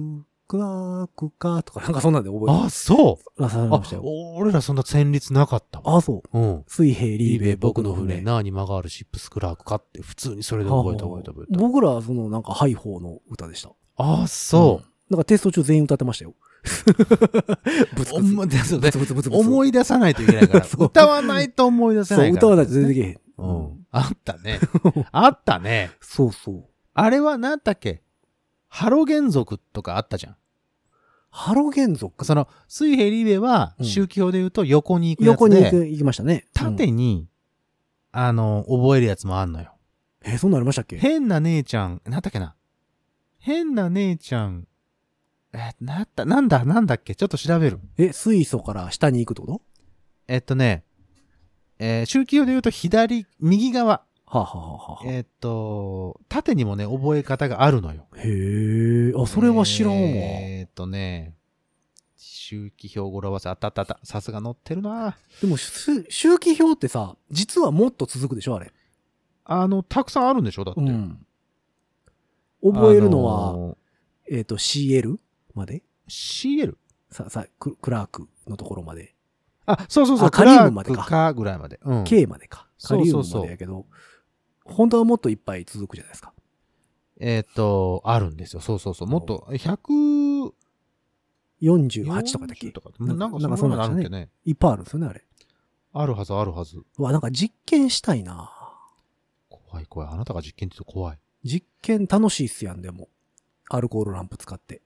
Speaker 2: クラークか、とか、なんかそんなんで
Speaker 3: う
Speaker 2: 覚え
Speaker 3: あ、そう
Speaker 2: らされ
Speaker 3: あ
Speaker 2: ました、よ。
Speaker 3: 俺らそんな戦律なかったわ。
Speaker 2: あ、そう。
Speaker 3: うん。
Speaker 2: 水平リ
Speaker 3: リー
Speaker 2: ーベ
Speaker 3: ベイ、
Speaker 2: 僕
Speaker 3: 僕
Speaker 2: の
Speaker 3: の
Speaker 2: 船
Speaker 3: 船、。なあに曲がるシップスクラークかって、普通にそれで覚えた覚えた覚えた。
Speaker 2: 僕らはそのなんかハイホーの歌でした。
Speaker 3: あ、そ
Speaker 2: んなんかテスト中全員歌ってま したよ。ブツブ
Speaker 3: う。
Speaker 2: ツ
Speaker 3: おんまでそう
Speaker 2: ブ
Speaker 3: ね
Speaker 2: ツブツブツブツ。
Speaker 3: 思い出さないといけない から
Speaker 2: そう
Speaker 3: 歌わないと思い出せ
Speaker 2: そ
Speaker 3: な
Speaker 2: う、
Speaker 3: いから。
Speaker 2: 歌わないと全然できへん。
Speaker 3: う。ん。あったね。あったね。
Speaker 2: そうそう。
Speaker 3: あれは何だっけハロゲン族とかあったじゃん。
Speaker 2: ハロゲン族。
Speaker 3: その、水平リーベイは、
Speaker 2: うん
Speaker 3: 周期表で言うと横に行くや
Speaker 2: 横
Speaker 3: つ
Speaker 2: に
Speaker 3: で、
Speaker 2: 行く行きましたね。うん
Speaker 3: 縦に、あの、覚えるやつもあんのよ。
Speaker 2: え、そんなんありましたっけ
Speaker 3: 変な姉ちゃん、なんだっけな。変な姉ちゃん、え、なった、なんだ、なんだっけ、ちょっと調べる。
Speaker 2: え、水素から下に行くってこ
Speaker 3: えっとね、えー、周期表で言うと左、右側。
Speaker 2: とはあ、はあはあはあ
Speaker 3: えっと、縦にもね、覚え方があるのよ。
Speaker 2: へえ、あ、それは知らんわ。
Speaker 3: えっとね、周期表語呂合わせ、あったあったあった。さすが載ってるな
Speaker 2: でも、周周期表ってさ、実はもっと続くでしょあれ。
Speaker 3: あの、たくさんあるんでしょだって。
Speaker 2: ん。覚えるのは、
Speaker 3: あの
Speaker 2: えっ、と、CL まで
Speaker 3: ー CL?
Speaker 2: さ、さ、ククラークのところまで。
Speaker 3: あ、そうそうそう、
Speaker 2: あカリウムまでか
Speaker 3: クラークかぐらいまで。うん。
Speaker 2: K までか。カ
Speaker 3: そう
Speaker 2: リウ
Speaker 3: そ
Speaker 2: ム
Speaker 3: うそう
Speaker 2: までやけど、本当はもっといっぱい続くじゃないですか。
Speaker 3: えっ、と、あるんですよ。そうそうそう。もっと、100、
Speaker 2: 48とかだっけ
Speaker 3: 40とかなんか
Speaker 2: なんか
Speaker 3: そん
Speaker 2: そんな
Speaker 3: なの
Speaker 2: ん
Speaker 3: あるん
Speaker 2: ですよね
Speaker 3: けどね。
Speaker 2: いっぱいあるんですよね、あれ。
Speaker 3: あるはず、あるはず。
Speaker 2: うわ、なんか実験したいな
Speaker 3: 怖い怖い。あなたが実験って言うと怖い。
Speaker 2: 実験楽しいっすやん、でも。アルコールランプ使って。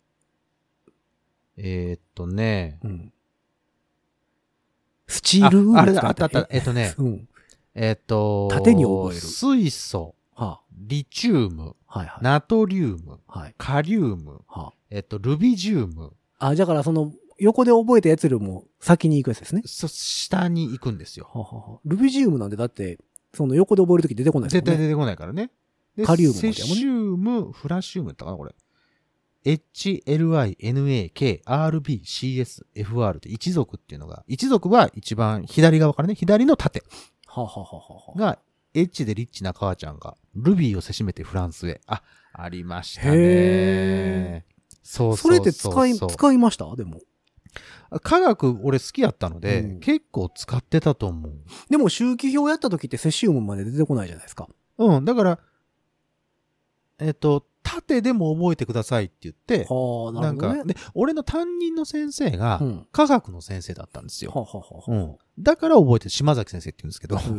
Speaker 3: えっ、とね。
Speaker 2: うん。スチールウール
Speaker 3: ああれだ、
Speaker 2: 使
Speaker 3: あ
Speaker 2: っ。
Speaker 3: ってたあった。えっ、とね
Speaker 2: うん。
Speaker 3: えっ、と、
Speaker 2: 縦に覚える
Speaker 3: 水素、
Speaker 2: は
Speaker 3: リチウム、
Speaker 2: あ、はいはい。
Speaker 3: ナトリウム、
Speaker 2: はい。
Speaker 3: カリウム、
Speaker 2: は
Speaker 3: えっ、と、ルビジウム、
Speaker 2: あ。あ、だからその、横で覚えたやつよりも先に行くやつですね。
Speaker 3: そ、下に行くんですよ。
Speaker 2: はあはあはあルビジウムなんでだって、その横で覚えるとき出てこないです
Speaker 3: 絶
Speaker 2: もん
Speaker 3: 対
Speaker 2: ね。
Speaker 3: 出てこないからね。で
Speaker 2: カリウムまで
Speaker 3: セ
Speaker 2: やもんね
Speaker 3: シウム、フラシウムだったかな、これ。HLINAKRBCSFR って一族っていうのが、一族は一番左側からね、左の縦
Speaker 2: はあはあはあはあ
Speaker 3: が、H でリッチな母ちゃんが、ルビーをせしめてフランスへ。あ、ありました
Speaker 2: へ
Speaker 3: ね。そう
Speaker 2: そ
Speaker 3: そう
Speaker 2: れ
Speaker 3: そうそう。
Speaker 2: って使い、使いましたでも。
Speaker 3: 科学俺好きやったので、
Speaker 2: うん
Speaker 3: 結構使ってたと思う。
Speaker 2: でも周期表やった時ってセシウムまで出てこないじゃないですか。
Speaker 3: うん、だから、えっ、と、縦でも覚えてくださいって言って、
Speaker 2: はあ、な
Speaker 3: な
Speaker 2: る
Speaker 3: ん
Speaker 2: ほど、ね。
Speaker 3: か、で、俺の担任の先生が
Speaker 2: う、ん。は
Speaker 3: 科学の先生だったんですよ。
Speaker 2: あ、はあはあ
Speaker 3: う
Speaker 2: は
Speaker 3: ん。だから覚えてる島崎先生って言うんですけど
Speaker 2: あ、へえ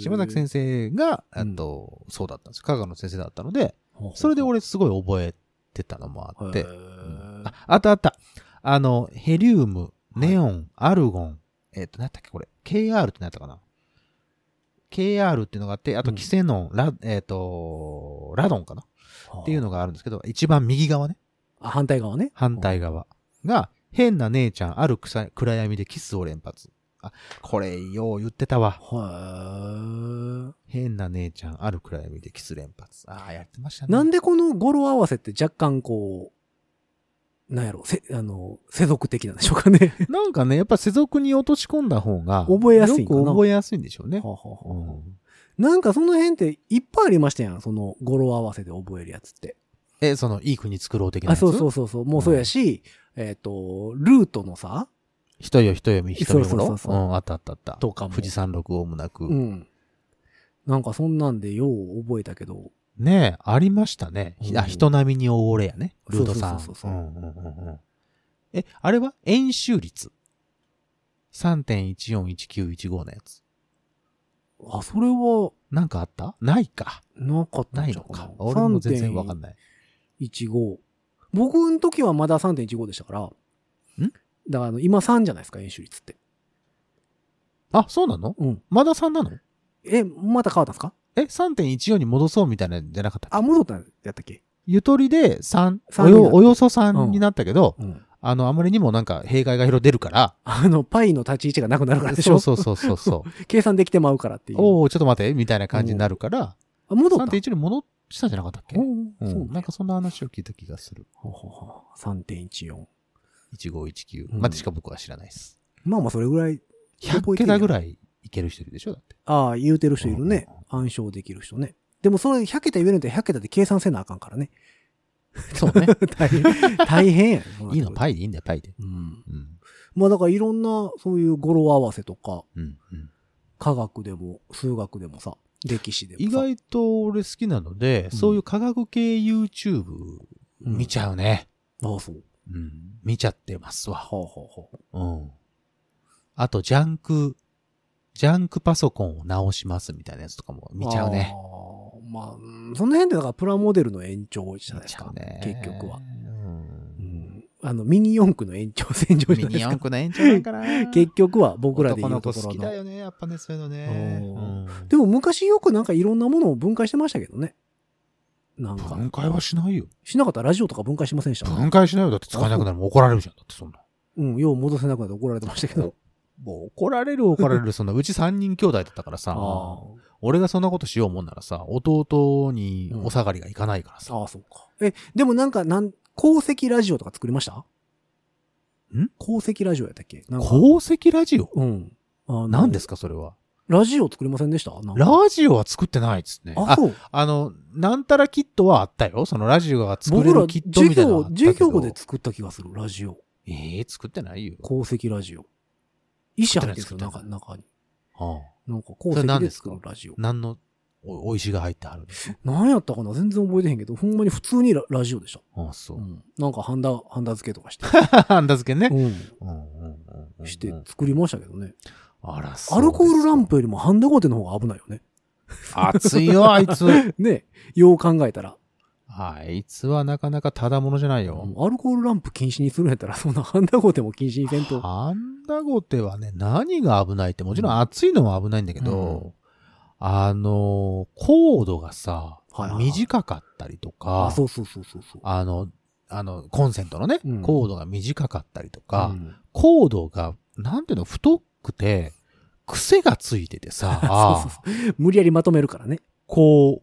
Speaker 3: 島崎先生が、えっと、そうだったんですよ。科学の先生だったので、それで俺すごい覚えてたのもあって
Speaker 2: へえ、
Speaker 3: うんあ、あったあった。あの、ヘリウム、ネオン、アルゴン、えっ、と、なんだっけこれ、KR ってなったかな ?KR っていうのがあって、あ
Speaker 2: う
Speaker 3: と、
Speaker 2: ん
Speaker 3: キセノン、ラ、えっ、と、ラドンかなっていう
Speaker 2: は
Speaker 3: のがあるんですけど、一番右側ね、
Speaker 2: あ。あ反対側ね。
Speaker 3: 反対側が、変な姉ちゃん、ある暗暗闇でキスを連発。あ、これ、よう言ってたわ。
Speaker 2: は
Speaker 3: 変な姉ちゃん、ある暗闇でキス連発。ああ、やってました
Speaker 2: あ。
Speaker 3: ね。
Speaker 2: なんでこの語呂合わせって若干こう、なんやろ、せ、あの、世俗的なんでしょうかね。
Speaker 3: なんかね、やっぱ世俗に落とし込んだ方が、
Speaker 2: 覚えやすいんかな
Speaker 3: よく覚えやすいんでしょうね。
Speaker 2: はあはあはあ
Speaker 3: うん
Speaker 2: なんかその辺っていっぱいありましたやん。その語呂合わせで覚えるやつって。
Speaker 3: え、その、いい国作ろう的な
Speaker 2: あ、
Speaker 3: やつ。
Speaker 2: そうそうそうそう。もうそうやし、えっ、と、ルートのさ、
Speaker 3: 人よ人よみ人よ
Speaker 2: そうそうそうそう
Speaker 3: うん、あったあったあった。
Speaker 2: とかも
Speaker 3: 富士山麓をもなく。
Speaker 2: うん。なんかそんなんでよう覚えたけど、
Speaker 3: ねえ、ありましたね。ひあ、
Speaker 2: うん
Speaker 3: 人並みに溺れやね。ルートさん。
Speaker 2: そうそうそうそう
Speaker 3: うんうんうんうんえ、あれは円周率。3.141915のやつ。
Speaker 2: あ、それは
Speaker 3: なんかあったないか。
Speaker 2: なかった
Speaker 3: なんい
Speaker 2: ちゃ
Speaker 3: の
Speaker 2: うか
Speaker 3: か
Speaker 2: な。。
Speaker 3: 俺も全然わかんない。
Speaker 2: 3.15。僕の時はまだ3.15でしたから。
Speaker 3: ん
Speaker 2: だからあの今3じゃないですか、演習率って。
Speaker 3: あ、そうなの
Speaker 2: うん。
Speaker 3: まだ3なの
Speaker 2: え、また変わったんですか
Speaker 3: え、3.14に戻そうみたいなんじゃなかったっけ
Speaker 2: あ、戻ったんやったっけ
Speaker 3: ゆとりで3、
Speaker 2: 三
Speaker 3: お
Speaker 2: にな
Speaker 3: よ
Speaker 2: った
Speaker 3: およそ3になったけど、
Speaker 2: うん。
Speaker 3: あの、あまりにもなんか弊害が広出るから、
Speaker 2: あの、パイの立ち位置がなくなるからでし
Speaker 3: そ
Speaker 2: ょ
Speaker 3: うそうそうそ うそう。
Speaker 2: 計算できてまうからっていう。
Speaker 3: おおちょっと待って、みたいな感じになるから、
Speaker 2: あ、戻った。
Speaker 3: 3.1に戻したんじゃなかったっけ
Speaker 2: おーそう
Speaker 3: う
Speaker 2: なん
Speaker 3: ん、
Speaker 2: や
Speaker 3: なんかそんな話を聞いた気がする。
Speaker 2: ほうほうほう3.14。
Speaker 3: 1519。
Speaker 2: うん
Speaker 3: までしか僕は知らないです。
Speaker 2: まあまあ、それぐらい、覚
Speaker 3: 100
Speaker 2: えてんや
Speaker 3: 桁ぐらいいける人いるでしょだって。
Speaker 2: ああ、言うてる人いるね。暗唱できる人ね。でも、それ100桁言えるんだったら100桁で計算せなあかん からね。
Speaker 3: そう ね。
Speaker 2: 大変。大変やね
Speaker 3: いいの、パ
Speaker 2: イ。
Speaker 3: イでいいんだよ、パイで。
Speaker 2: うん。
Speaker 3: うん。
Speaker 2: まあ、だからいろんな、そういう語呂合わせとか、
Speaker 3: うん。うん。
Speaker 2: 科学でも、数学でもさ、歴史でもさ。
Speaker 3: 意外と俺好きなので、
Speaker 2: うん
Speaker 3: そういう科学系 YouTube 見ちゃうね。
Speaker 2: ああ、そう。
Speaker 3: うん。見ちゃってますわ。
Speaker 2: はあ、はあ、はあ。
Speaker 3: うん。あと、ジャンク、ジャンクパソコンを直しますみたいなやつとかも見ちゃうね。
Speaker 2: あー。まあ、うんその辺でだからプラモデルの延長じゃないですか。結局は
Speaker 3: う。。
Speaker 2: うん ん。あの、ミニ四駆の延長線上じ
Speaker 3: ミ
Speaker 2: ゃない
Speaker 3: ニ
Speaker 2: です
Speaker 3: 四
Speaker 2: か。
Speaker 3: 駆の延長なんかな
Speaker 2: 結局は僕らで
Speaker 3: 男
Speaker 2: 言う
Speaker 3: の
Speaker 2: と
Speaker 3: 子
Speaker 2: こ
Speaker 3: 好
Speaker 2: ろ
Speaker 3: き
Speaker 2: の
Speaker 3: だ。よね、やっぱね、そういうのね。
Speaker 2: うん
Speaker 3: うん
Speaker 2: でも昔よくなんかいろんなものを分解してましたけどね。なんか。
Speaker 3: 分解はしないよ。
Speaker 2: しなかったらラジオとか分解しませんでした。
Speaker 3: 分解しないよ。だって使えなくなるもん怒られるじゃん。だってそんな。
Speaker 2: うん、よう戻せなくなって怒られてましたけど。
Speaker 3: もう怒られる怒られる。そんな、うち三人兄弟だったからさ、
Speaker 2: あ
Speaker 3: 俺がそんなことしようもんならさ、弟にお下がりがいかないから
Speaker 2: あ。
Speaker 3: さ。
Speaker 2: ああ、そうか。え、でもなんか、なん、鉱石ラジオとか作りました
Speaker 3: ん
Speaker 2: 鉱石ラジオやったっけなんか。
Speaker 3: 鉱石ラジオ
Speaker 2: うん。あ
Speaker 3: 何ですすか、それは。
Speaker 2: ラジオ作りませんでしたなんか
Speaker 3: ラジオは作ってないっつね。
Speaker 2: あ、そう。
Speaker 3: あの、なんたらキットはあったよ。そのラジオが作れ
Speaker 2: 僕ら
Speaker 3: るキ
Speaker 2: 授
Speaker 3: ットみたいなの
Speaker 2: 業
Speaker 3: はあ、ったけど。
Speaker 2: 授業で作った気がする、ラジオ。
Speaker 3: ええ作ってないよ。
Speaker 2: 鉱石ラジオ。医者入ってるんですよ、
Speaker 3: 作っ
Speaker 2: 中
Speaker 3: てない
Speaker 2: 中に。
Speaker 3: ああ
Speaker 2: なんか鉱
Speaker 3: それ
Speaker 2: 石
Speaker 3: 何
Speaker 2: で
Speaker 3: です
Speaker 2: 作
Speaker 3: か
Speaker 2: るラジオ。
Speaker 3: 何のお、お石が入ってあるんですか
Speaker 2: 何やったかな全然覚えてへんけど、ほんまに普通にララジオでした。
Speaker 3: ああ、そう う。
Speaker 2: ん。なんかハンダ、ハンダ付けとかして。
Speaker 3: あんだ付けね。
Speaker 2: う
Speaker 3: うんうんうんうん
Speaker 2: ん。 して作りましたけどね。
Speaker 3: あら、そう
Speaker 2: アルコールラン
Speaker 3: プ。
Speaker 2: プよりもハンダゴテの方が危ないよね。
Speaker 3: 熱いよ、あいつ。
Speaker 2: ね。よう考えたら。
Speaker 3: あいつはなかなかただものじゃないよ。
Speaker 2: アルコールランプ禁止にするんやったら、そんなハンダゴテも禁止にせんと。
Speaker 3: ハンダゴテはね、何が危ないって、もちろん熱いのも危ないんだけ
Speaker 2: う
Speaker 3: ど、あの、コードがさ
Speaker 2: はいはいは、い
Speaker 3: 短かったりと
Speaker 2: あ、
Speaker 3: か、
Speaker 2: そうそうそうそうそう。
Speaker 3: あの、あの、コンセントのね
Speaker 2: うん、
Speaker 3: コードが短かったりと
Speaker 2: う
Speaker 3: か、
Speaker 2: ん、
Speaker 3: コードが、なんていうの、太くて、癖がついててさ
Speaker 2: そうそうそう。無理やりまとめるからね。
Speaker 3: こう、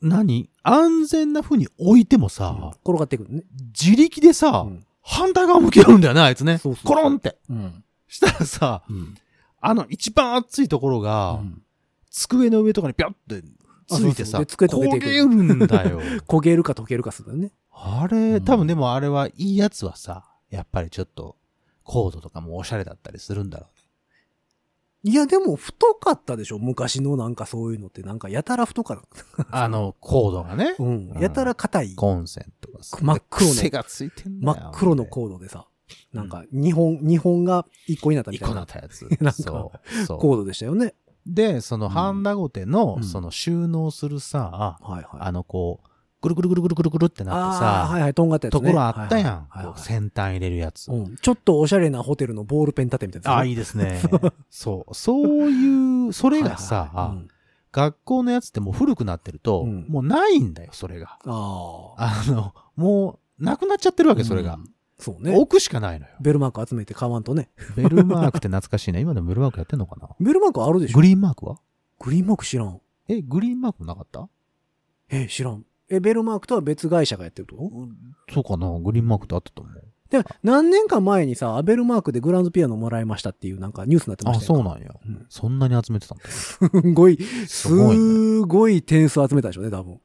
Speaker 3: 何安全な風に置いてもさ、
Speaker 2: 転がっていくのね。
Speaker 3: 自力でさ、
Speaker 2: うん
Speaker 3: 反対側向けるんだよな、あいつね。
Speaker 2: そうそうそう
Speaker 3: コロンって。
Speaker 2: うん。
Speaker 3: したらさ、
Speaker 2: うん。
Speaker 3: あの一番熱いところが、机の上とかにピャってついてさ、
Speaker 2: あそうそうで机とか出てくる
Speaker 3: 焦げるん だよ。
Speaker 2: 焦げるか溶けるかするのね。
Speaker 3: あ
Speaker 2: う
Speaker 3: れ、
Speaker 2: ん
Speaker 3: 多分でもあれはいいやつはさ、やっぱりちょっと、コードとかもおしゃれだったりするんだろ
Speaker 2: いや、でも太かったでしょ昔のなんかそういうのって、なんかやたら太かっ
Speaker 3: うね。あの、コードがね
Speaker 2: た。、うん。やたら硬い、
Speaker 3: コンセントがさ
Speaker 2: 真っ黒の
Speaker 3: 癖がついてんだ
Speaker 2: 真
Speaker 3: よ。
Speaker 2: っ黒のコードでさ、なんか日本、日本が一個になったみ
Speaker 3: 一
Speaker 2: たい
Speaker 3: 個な
Speaker 2: な
Speaker 3: ったやつ。
Speaker 2: なんか
Speaker 3: そう。そう
Speaker 2: コードでしたよね。
Speaker 3: で、そのハンダゴテの、
Speaker 2: うん
Speaker 3: その収納するさ、
Speaker 2: はいはい。
Speaker 3: あのこう、ぐるぐるぐるぐるぐるぐるってなって
Speaker 2: ああー、
Speaker 3: さ、
Speaker 2: はいはい、とんがったやつね。
Speaker 3: ところあったやん。
Speaker 2: はいはい
Speaker 3: こう先端入れるやつ。
Speaker 2: うん。ちょっとおしゃれなホテルのボールペン立てみたいな
Speaker 3: ああ、
Speaker 2: や
Speaker 3: いいですね。 そう。そういう、そ
Speaker 2: つ
Speaker 3: れ
Speaker 2: ね。
Speaker 3: が
Speaker 2: は
Speaker 3: さ、
Speaker 2: いはいうん
Speaker 3: 学校のやつってもう古くなってると、
Speaker 2: うん
Speaker 3: もうないんだよ、それが。
Speaker 2: ああ。
Speaker 3: あの、もう、なくなっちゃってるわけ、それが
Speaker 2: う。ん。そうね。。
Speaker 3: 置くしかないのよ
Speaker 2: ベルマーク集めて買わんとね。
Speaker 3: ベルマークって懐かしいな。今でもベルマークやってんのかな
Speaker 2: ベルマークあるでしょ
Speaker 3: グリーンマークは
Speaker 2: グリーンマーク知らん。
Speaker 3: え、グリーンマークなかった
Speaker 2: え、知らん。え、ベルマークとは別会社がやってると
Speaker 3: そうかなグリーンマークってあったと思う。
Speaker 2: で、何年か前にさ、アベルマークでグランドピアノもらいましたっていうなんかニュースになってま
Speaker 3: あ、
Speaker 2: した
Speaker 3: そう
Speaker 2: よ。
Speaker 3: なんや。
Speaker 2: うん
Speaker 3: そんなに集めてたんだ。
Speaker 2: そう すごい、
Speaker 3: すごいね。
Speaker 2: すごい点数集めたでしょうね、多分。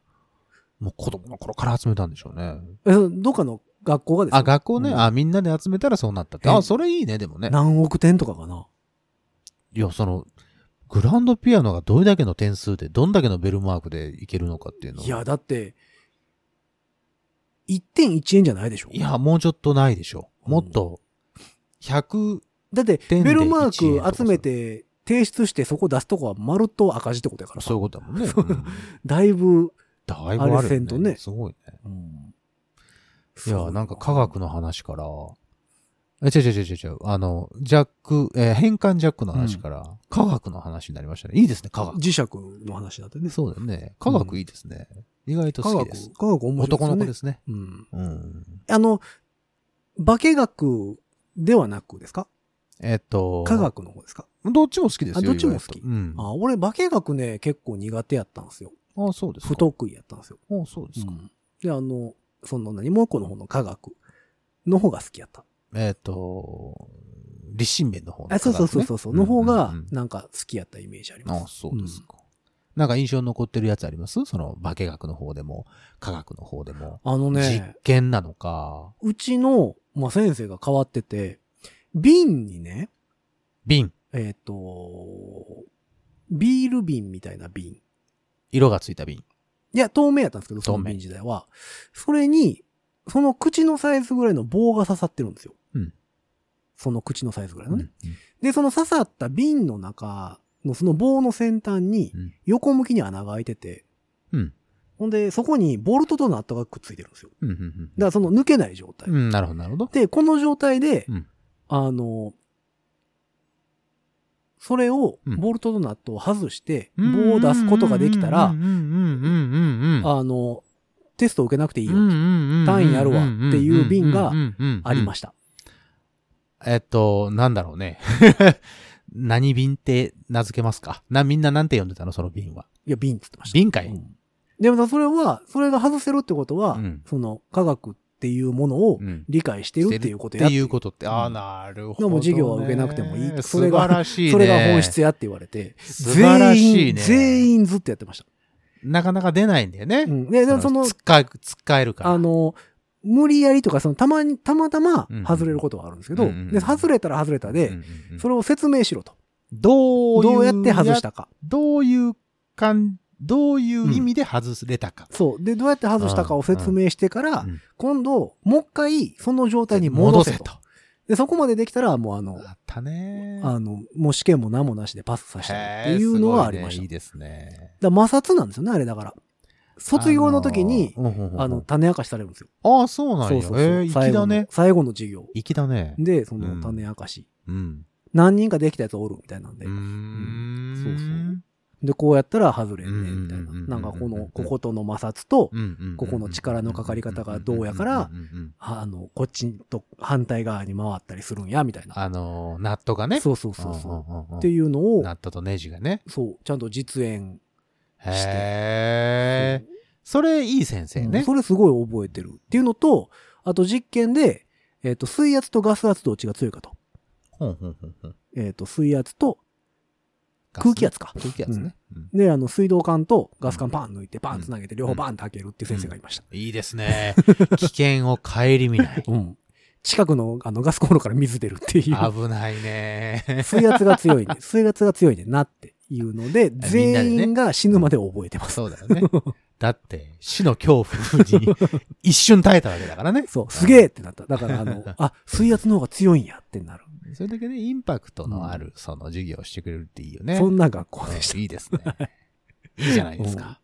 Speaker 3: もう子供の頃から集めたんでしょうね。
Speaker 2: えそのどっかの学校がです
Speaker 3: あ、
Speaker 2: よ
Speaker 3: 学校ね、
Speaker 2: うん
Speaker 3: あ、みんなで集めたらそうなったって。
Speaker 2: え
Speaker 3: あ、それいいね、でもね。
Speaker 2: 何億点とかかな。
Speaker 3: いや、その、グランドピアノがどれだけの点数で、どんだけのベルマークでいけるのかっていうのを
Speaker 2: い、や、だって、1.1円じゃないでしょ。
Speaker 3: いや、もうちょっとないでしょ。もっと、100、
Speaker 2: だって、
Speaker 3: 点で
Speaker 2: ベルマ
Speaker 3: 1円と
Speaker 2: ー
Speaker 3: か
Speaker 2: ク
Speaker 3: さ
Speaker 2: 集めて、提出してそこ出すとこは丸と赤字ってことやからさ
Speaker 3: そういうことだもんね。うん
Speaker 2: だいぶ、
Speaker 3: だいぶ
Speaker 2: あ
Speaker 3: あ
Speaker 2: れ
Speaker 3: る
Speaker 2: せ
Speaker 3: よ
Speaker 2: んと
Speaker 3: ね。
Speaker 2: ね
Speaker 3: すごいね。
Speaker 2: うん
Speaker 3: いや、なんか科学の話から、え、違う違う違う違う、あの、ジャック、えー変換ジャックの話から、科学の話になりましたね。いいですね、科学。
Speaker 2: 磁石の話だってね。
Speaker 3: そうだよね。科学いいですね。意外と
Speaker 2: 科
Speaker 3: 好
Speaker 2: 学
Speaker 3: きです。、
Speaker 2: 科学面白い
Speaker 3: 男の子ですすね。
Speaker 2: よね。うん。
Speaker 3: うん。
Speaker 2: あの、化学ではなくですか
Speaker 3: えっと、
Speaker 2: 科学の方ですか
Speaker 3: どっちも好きですよ。
Speaker 2: あどっちも好き
Speaker 3: 意外とうん。
Speaker 2: あ俺、化学ね、結構苦手やったんですよ。
Speaker 3: あそうですか。
Speaker 2: 不得意やったんですよ。
Speaker 3: あそうですか。
Speaker 2: うんで、あの、その何もう一個の方の科学の方が好きやった。
Speaker 3: えっと、立身弁の方の科
Speaker 2: あ
Speaker 3: 学ね、
Speaker 2: そうそうそうそうそう。の方が
Speaker 3: うんうん、
Speaker 2: なんか好きやったイメージあり
Speaker 3: うんあ
Speaker 2: ます。
Speaker 3: そうですか。なんか印象に残ってるやつありますその化学の方でも、科学の方でも。
Speaker 2: あのね
Speaker 3: 実、験なのか、
Speaker 2: うちの、まあ、先生が変わってて、瓶にね、
Speaker 3: 瓶、
Speaker 2: えっ、と、ビール瓶みたいな瓶。
Speaker 3: 色がついた瓶。
Speaker 2: いや、透明やったんですけど、そ
Speaker 3: 透明
Speaker 2: の瓶自体は。それに、その口のサイズぐらいの棒が刺さってるんですよ。
Speaker 3: うん
Speaker 2: その口のサイズぐらいの
Speaker 3: う
Speaker 2: ね。
Speaker 3: ん
Speaker 2: で、その刺さった瓶の中のその棒の先端に
Speaker 3: うん
Speaker 2: 横向きに穴が開いてて、
Speaker 3: うん。
Speaker 2: ほんで、そこにボルトとナットがくっついてるんですよ。
Speaker 3: うん。うん
Speaker 2: だからその抜けない状態。
Speaker 3: うん、なるほど、なるほど。
Speaker 2: で、この状態で、
Speaker 3: うん
Speaker 2: あの、それを、
Speaker 3: うん
Speaker 2: ボルトとナットを外して、棒を出すことができたら
Speaker 3: うん、うんうんうんうんうん。
Speaker 2: あの、テストを受けなくていいよ
Speaker 3: うんうんうんうん、
Speaker 2: 単位あるわっていう瓶がありま
Speaker 3: し
Speaker 2: した。
Speaker 3: た。えっと、なんだろうね。 何瓶って名付けますかな、みんななんて呼んでたのその瓶は。
Speaker 2: いや、瓶って言ってました。
Speaker 3: 瓶かい、
Speaker 2: うんでもさそれは、それが外せるってことは、
Speaker 3: うん
Speaker 2: その、科学っていうものを
Speaker 3: うん
Speaker 2: 理解してるっていうこと
Speaker 3: って
Speaker 2: や
Speaker 3: いうことって、ああ、
Speaker 2: うん
Speaker 3: なるほ
Speaker 2: で
Speaker 3: ど、ね。
Speaker 2: も授業は受けなくてもいいってそれ
Speaker 3: 素
Speaker 2: が
Speaker 3: 晴らしい、ね。
Speaker 2: それが本質やって言われて、
Speaker 3: 素晴らしいね。
Speaker 2: 全員ずっとやってました。
Speaker 3: なかなか出ないんだよね。
Speaker 2: うん、で、でもその
Speaker 3: つ、っかえ、つっかえるから。
Speaker 2: あの、無理やりとか、その、たまに、たまたま
Speaker 3: うん
Speaker 2: 外れることはあるんですけど、
Speaker 3: うんうんうん
Speaker 2: で、外れたら外れた
Speaker 3: う
Speaker 2: で
Speaker 3: ん、うんうん
Speaker 2: それを説明しろと。
Speaker 3: どういう
Speaker 2: どうやって外したか。
Speaker 3: どういう感、どういう意味で外れたか。
Speaker 2: そう。で、どうやって外したかを説明してから、
Speaker 3: うんうん
Speaker 2: 今度、もう一回、その状態に戻せと。で、そこまでできたら、もうあの、
Speaker 3: あったね。
Speaker 2: あの、もう試験も何もなしでパスさせたりっていうのはありました。
Speaker 3: へーすごいねいいですね。
Speaker 2: だから摩擦なんですよね、あれだから。卒業の時に
Speaker 3: あ、の、うんうんうん
Speaker 2: あの、種明かしされるんですよ。
Speaker 3: ああ、そうなんや。えー粋
Speaker 2: 最後
Speaker 3: だ
Speaker 2: の
Speaker 3: ね、。
Speaker 2: 最後の授業。
Speaker 3: 粋だね。
Speaker 2: で、そうの
Speaker 3: ん
Speaker 2: 種明かし。
Speaker 3: うん。
Speaker 2: 何人かできたやつおるみたいなん
Speaker 3: う
Speaker 2: で
Speaker 3: ー。ん。
Speaker 2: で、こうやったら外れんね、みたいな。
Speaker 3: うんうんうんうん
Speaker 2: なんかこの、こことの摩擦と、
Speaker 3: うんうんうん
Speaker 2: ここの力のかかり方がどうやから
Speaker 3: うんうんうんうん
Speaker 2: あの、こっちと反対側に回ったりするんや、みたいな。
Speaker 3: あのー、ナットがね。
Speaker 2: そうそうそうそう。
Speaker 3: う
Speaker 2: って
Speaker 3: う
Speaker 2: いうの
Speaker 3: ん。
Speaker 2: を、
Speaker 3: ナットとネジがね。
Speaker 2: そう、ちゃんと実演。して
Speaker 3: へえ。それいい先生
Speaker 2: うん
Speaker 3: ね
Speaker 2: そ。れすごい覚えてるっていうのと、あと実験で、えっ、と、水圧とガス圧どっちが強いかと。
Speaker 3: ほんほんほんほん
Speaker 2: えっ、と、水圧と、空気圧か
Speaker 3: 空気圧ね。うん
Speaker 2: で、あの、水道管とガス管パン抜いて、パン繋げて、両方パンって開けるっていう先生がいました。
Speaker 3: いいですね。危険を顧みない。
Speaker 2: うん。近くの、あの、ガスコンロから水出るっていう。
Speaker 3: 危ないね。
Speaker 2: 水圧が強いね。水圧が強いねんなっていうので、
Speaker 3: みんなでね
Speaker 2: 全員が死ぬまで覚えてます。
Speaker 3: そうだよね。だって、死の恐怖に一瞬耐えたわけだからね。
Speaker 2: そう、すげえってなった。だから、あの、あ、水圧の方が強いんやってなる。
Speaker 3: それだけね、インパクトのある、その授業をしてくれるっていいよね。
Speaker 2: そんな学校
Speaker 3: うん
Speaker 2: でした。
Speaker 3: いいですね。いいじゃないですか。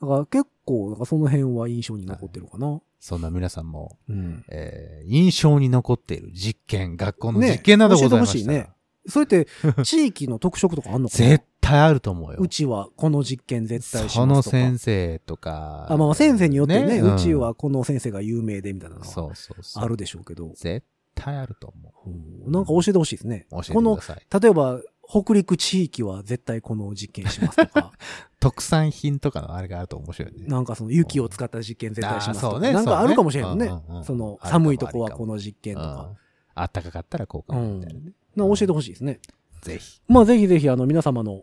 Speaker 2: だから結構、なんかその辺は印象に残ってるかな。
Speaker 3: そんな皆さんも、
Speaker 2: うん。
Speaker 3: えー印象に残っている実験、学校の
Speaker 2: ね
Speaker 3: 実験などござい
Speaker 2: 教え
Speaker 3: ま
Speaker 2: てほし
Speaker 3: し
Speaker 2: い
Speaker 3: たら、
Speaker 2: ねそれって、地域の特色とかあんのかな
Speaker 3: 絶対あると思うよ
Speaker 2: う。ちはこの実験絶対しますとか。
Speaker 3: その先生とか。
Speaker 2: あまあまあ先生によってね、
Speaker 3: ん
Speaker 2: うちはこの先生が有名でみたいなのは
Speaker 3: そうそうそう。
Speaker 2: あるでしょうけど、
Speaker 3: 絶対あると思う。
Speaker 2: うんなんか教えてほしいですね。
Speaker 3: 教えて
Speaker 2: こ
Speaker 3: く
Speaker 2: の
Speaker 3: だ、さい。
Speaker 2: 例えば北陸地域は絶対この実験しますとか、
Speaker 3: 特産品とかのあれがあると面白い ね。
Speaker 2: なんかその雪を使った実験絶対しますと
Speaker 3: あー
Speaker 2: か、
Speaker 3: そうね
Speaker 2: なんかあるかもしれん
Speaker 3: そ
Speaker 2: よ
Speaker 3: う
Speaker 2: ね
Speaker 3: ねうんうんうん。
Speaker 2: その
Speaker 3: あるかも
Speaker 2: 寒いとこ
Speaker 3: あ
Speaker 2: は
Speaker 3: るかも
Speaker 2: この実験とか。
Speaker 3: あったかかったらこうかみたいなね。
Speaker 2: なんか教えてほしいですね。
Speaker 3: ぜひ。
Speaker 2: まあぜひぜひあの皆様の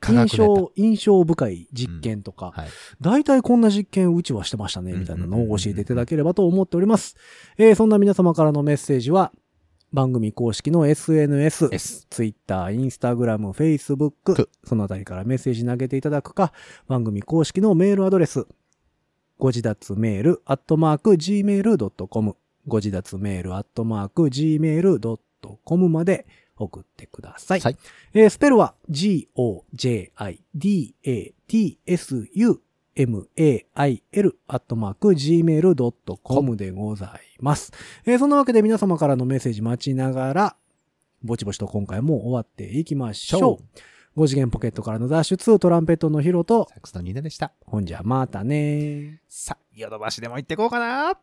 Speaker 3: 科学ネ
Speaker 2: 印
Speaker 3: タ
Speaker 2: 象、印象深い実験とか、
Speaker 3: はい。
Speaker 2: 大体こんな実験うちはしてましたね、
Speaker 3: うん
Speaker 2: みたいなのを教えていただければと思っております。えーそんな皆様からのメッセージは、番組公式の SNS、
Speaker 3: S。
Speaker 2: Twitter、Instagram、Facebook
Speaker 3: く、
Speaker 2: そのあたりからメッセージ投げていただくか、番組公式のメールアドレス、ご自立メール、アットマーク、gmail.com、ご自立メール、アットマーク、gmail.com まで送ってください。
Speaker 3: はい
Speaker 2: えースペルは、g-o-j-i-d-a-t-s-u-m-a-i-l、アットマーク、gmail.com でございます。えーそんなわけで皆様からのメッセージ待ちながら、ぼちぼちと今回も終わっていきましょう。5次元ポケットからの脱出、トランペットのヒロと、
Speaker 3: サックスのニーナでした。
Speaker 2: ほんじゃまたねー。
Speaker 3: さあ、ヨドバシでも行ってこうかな。